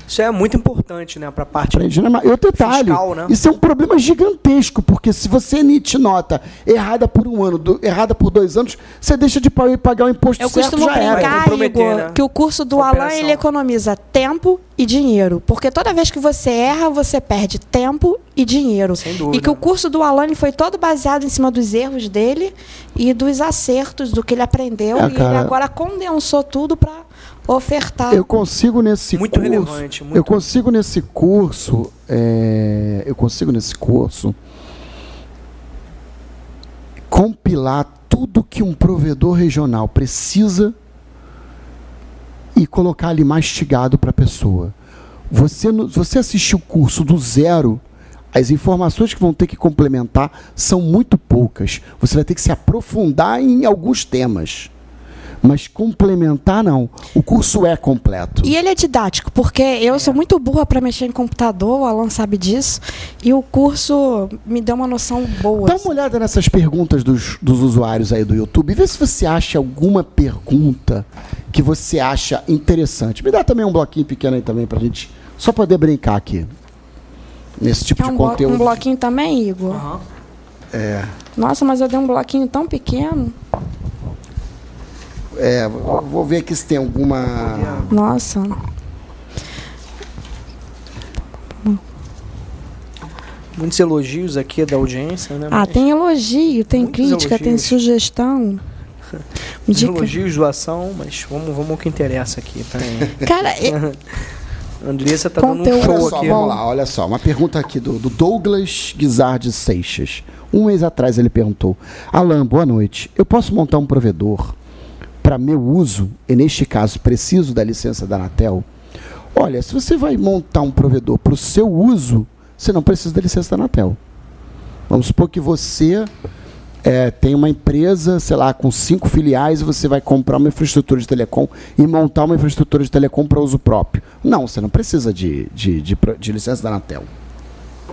Isso é muito importante, né? Pra parte. Aprendi na marra. E é outro detalhe, Fiscal, né? isso é um problema gigantesco, porque se você emite nota errada por um ano, do- errada por dois anos, você deixa de pa- pagar o imposto Eu certo, costumo já era. Vai brincar, comprometer, Igor, né? que o curso do Essa Alan operação. ele economiza tempo e dinheiro. Porque toda vez que você erra, você perde tempo e dinheiro. Sem dúvida. E que o curso do Alan ele foi todo baseado em cima dos erros dele e dos acertos, do que ele aprendeu. É, e ele cara. agora condensou tudo para ofertar. Eu consigo nesse Muito curso. relevante, muito. Eu consigo nesse curso. é, eu consigo nesse curso compilar tudo que um provedor regional precisa e colocar ali mastigado para a pessoa. Você, no- você assistir o curso do zero, as informações que vão ter que complementar são muito poucas. Você vai ter que se aprofundar em alguns temas. Mas complementar, não. O curso é completo. E ele é didático, porque eu É. sou muito burra para mexer em computador, o Alan sabe disso, e o curso me deu uma noção boa. Dá um assim. uma olhada nessas perguntas dos, dos usuários aí do YouTube. Vê se você acha alguma pergunta que você acha interessante. Me dá também um bloquinho pequeno aí também pra gente só poder brincar aqui. Nesse tipo Quer de um, blo- conteúdo. um bloquinho também, Igor? Aham. Nossa, mas eu dei um bloquinho tão pequeno. É, vou vou ver aqui se tem alguma. Nossa. Muitos elogios aqui da audiência, né? Ah, Mas tem elogio, tem Muitos crítica, tem elogios. sugestão. muitos Dica. elogios, doação, mas vamos, vamos ao que interessa aqui. Tá? Cara, e- A Andressa tá Conteúdo. dando um Olha show só, aqui. vamos lá, olha só. Uma pergunta aqui do, do Douglas Guizard Seixas. Um mês atrás ele perguntou: Alan, boa noite. Eu posso montar um provedor para meu uso, e neste caso preciso da licença da Anatel? Olha, se você vai montar um provedor para o seu uso, você não precisa da licença da Anatel. Vamos supor que você é, tem uma empresa, sei lá, com cinco filiais e você vai comprar uma infraestrutura de telecom e montar uma infraestrutura de telecom para uso próprio. Não, você não precisa de, de, de pro- de licença da Anatel.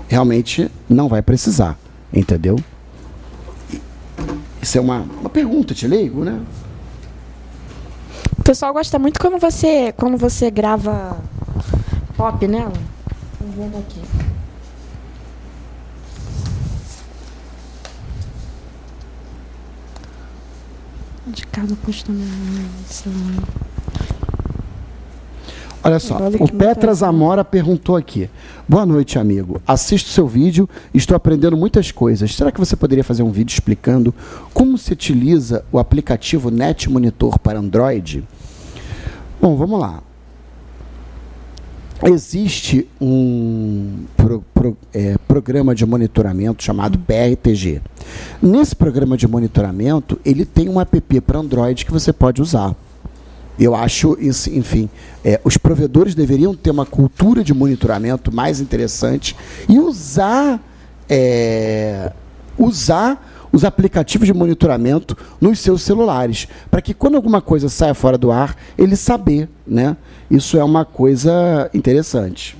Realmente não vai precisar, entendeu? Isso é uma, uma pergunta, te leigo, né? o pessoal gosta muito quando você, quando você grava pop nela. Vamos ver aqui. De cada postamento. Olha só, Olha que o Petra Zamora perguntou aqui. Boa noite, amigo. Assisto seu vídeo, estou aprendendo muitas coisas. Será que você poderia fazer um vídeo explicando como se utiliza o aplicativo Net Monitor para Android? Bom, vamos lá. Existe um pro- pro- é, programa de monitoramento chamado PRTG. Nesse programa de monitoramento, ele tem um app para Android que você pode usar. Eu acho, isso- enfim, é, os provedores deveriam ter uma cultura de monitoramento mais interessante e usar, é, usar os aplicativos de monitoramento nos seus celulares, para que quando alguma coisa saia fora do ar, ele saber, né? Isso é uma coisa interessante.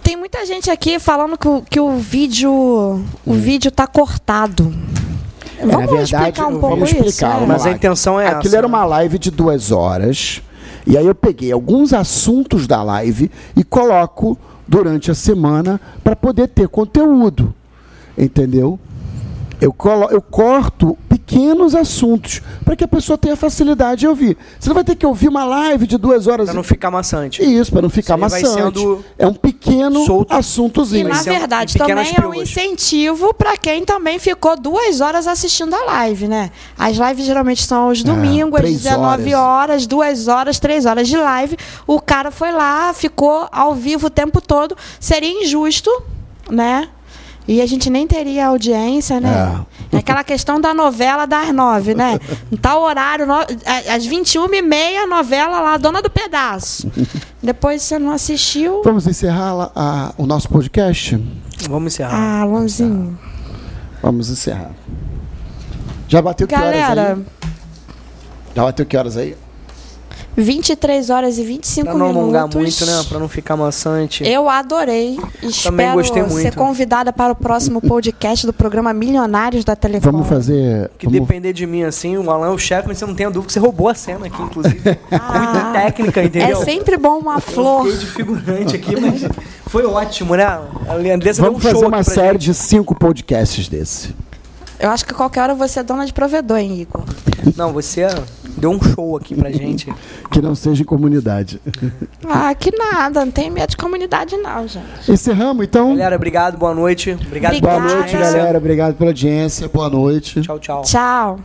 Tem muita gente aqui falando que o, que o vídeo o vídeo tá cortado. Hum. É, É, na Vamos verdade, explicar um eu pouco vou isso? explicar, né? vamos Mas a lá. intenção é Aquilo essa, era né? uma live de duas horas. E aí eu peguei alguns assuntos da live e coloco durante a semana para poder ter conteúdo. Entendeu? Eu, colo eu corto pequenos pequenos assuntos, para que a pessoa tenha facilidade de ouvir. Você não vai ter que ouvir uma live de duas horas. Pra não ficar maçante. Isso, para não ficar Isso aí vai maçante. sendo É um pequeno solto. E assuntozinho. na Mas é um- verdade em pequenas também é um pílulas. incentivo para quem também ficou duas horas assistindo a live, né? As lives geralmente são aos domingos, às três 19 horas, duas horas, três horas de live. O cara foi lá, ficou ao vivo o tempo todo. Seria injusto, né? E a gente nem teria audiência, né? É. Aquela questão da novela das nove, né? Em tal horário, no... a- às 21h30, a novela lá, Dona do Pedaço. Depois você não assistiu. Vamos encerrar la- a- o nosso podcast? Vamos encerrar. Ah, Lonzinho. Vamos encerrar. Já bateu que horas Galera, aí? Já bateu que horas aí? 23 horas e 25 Pra não alongar minutos. muito, né? Pra não ficar maçante. Eu adorei. Espero gostei ser muito. convidada para o próximo podcast do programa Milionários da Telecord. Vamos fazer. Que vamos- depender de mim, assim, o Alan é o chefe, mas você não tem dúvida que você roubou a cena aqui, inclusive. Muita Ah, técnica, é entendeu? sempre bom uma flor. Fiquei de figurante aqui, mas foi ótimo, né? A Leandressa Vamos deu um show fazer uma aqui pra série de cinco podcasts desse. Eu acho que qualquer hora você é dona de provedor, hein, Igor? gente. Não, você deu um show aqui pra gente. Que não seja em comunidade. Ah, que nada. Não tem medo de comunidade, não, gente. Encerramos, então. Galera, obrigado, boa noite. Obrigado Boa Obrigada. noite, galera. Obrigado pela audiência. Boa noite. Tchau, tchau. Tchau.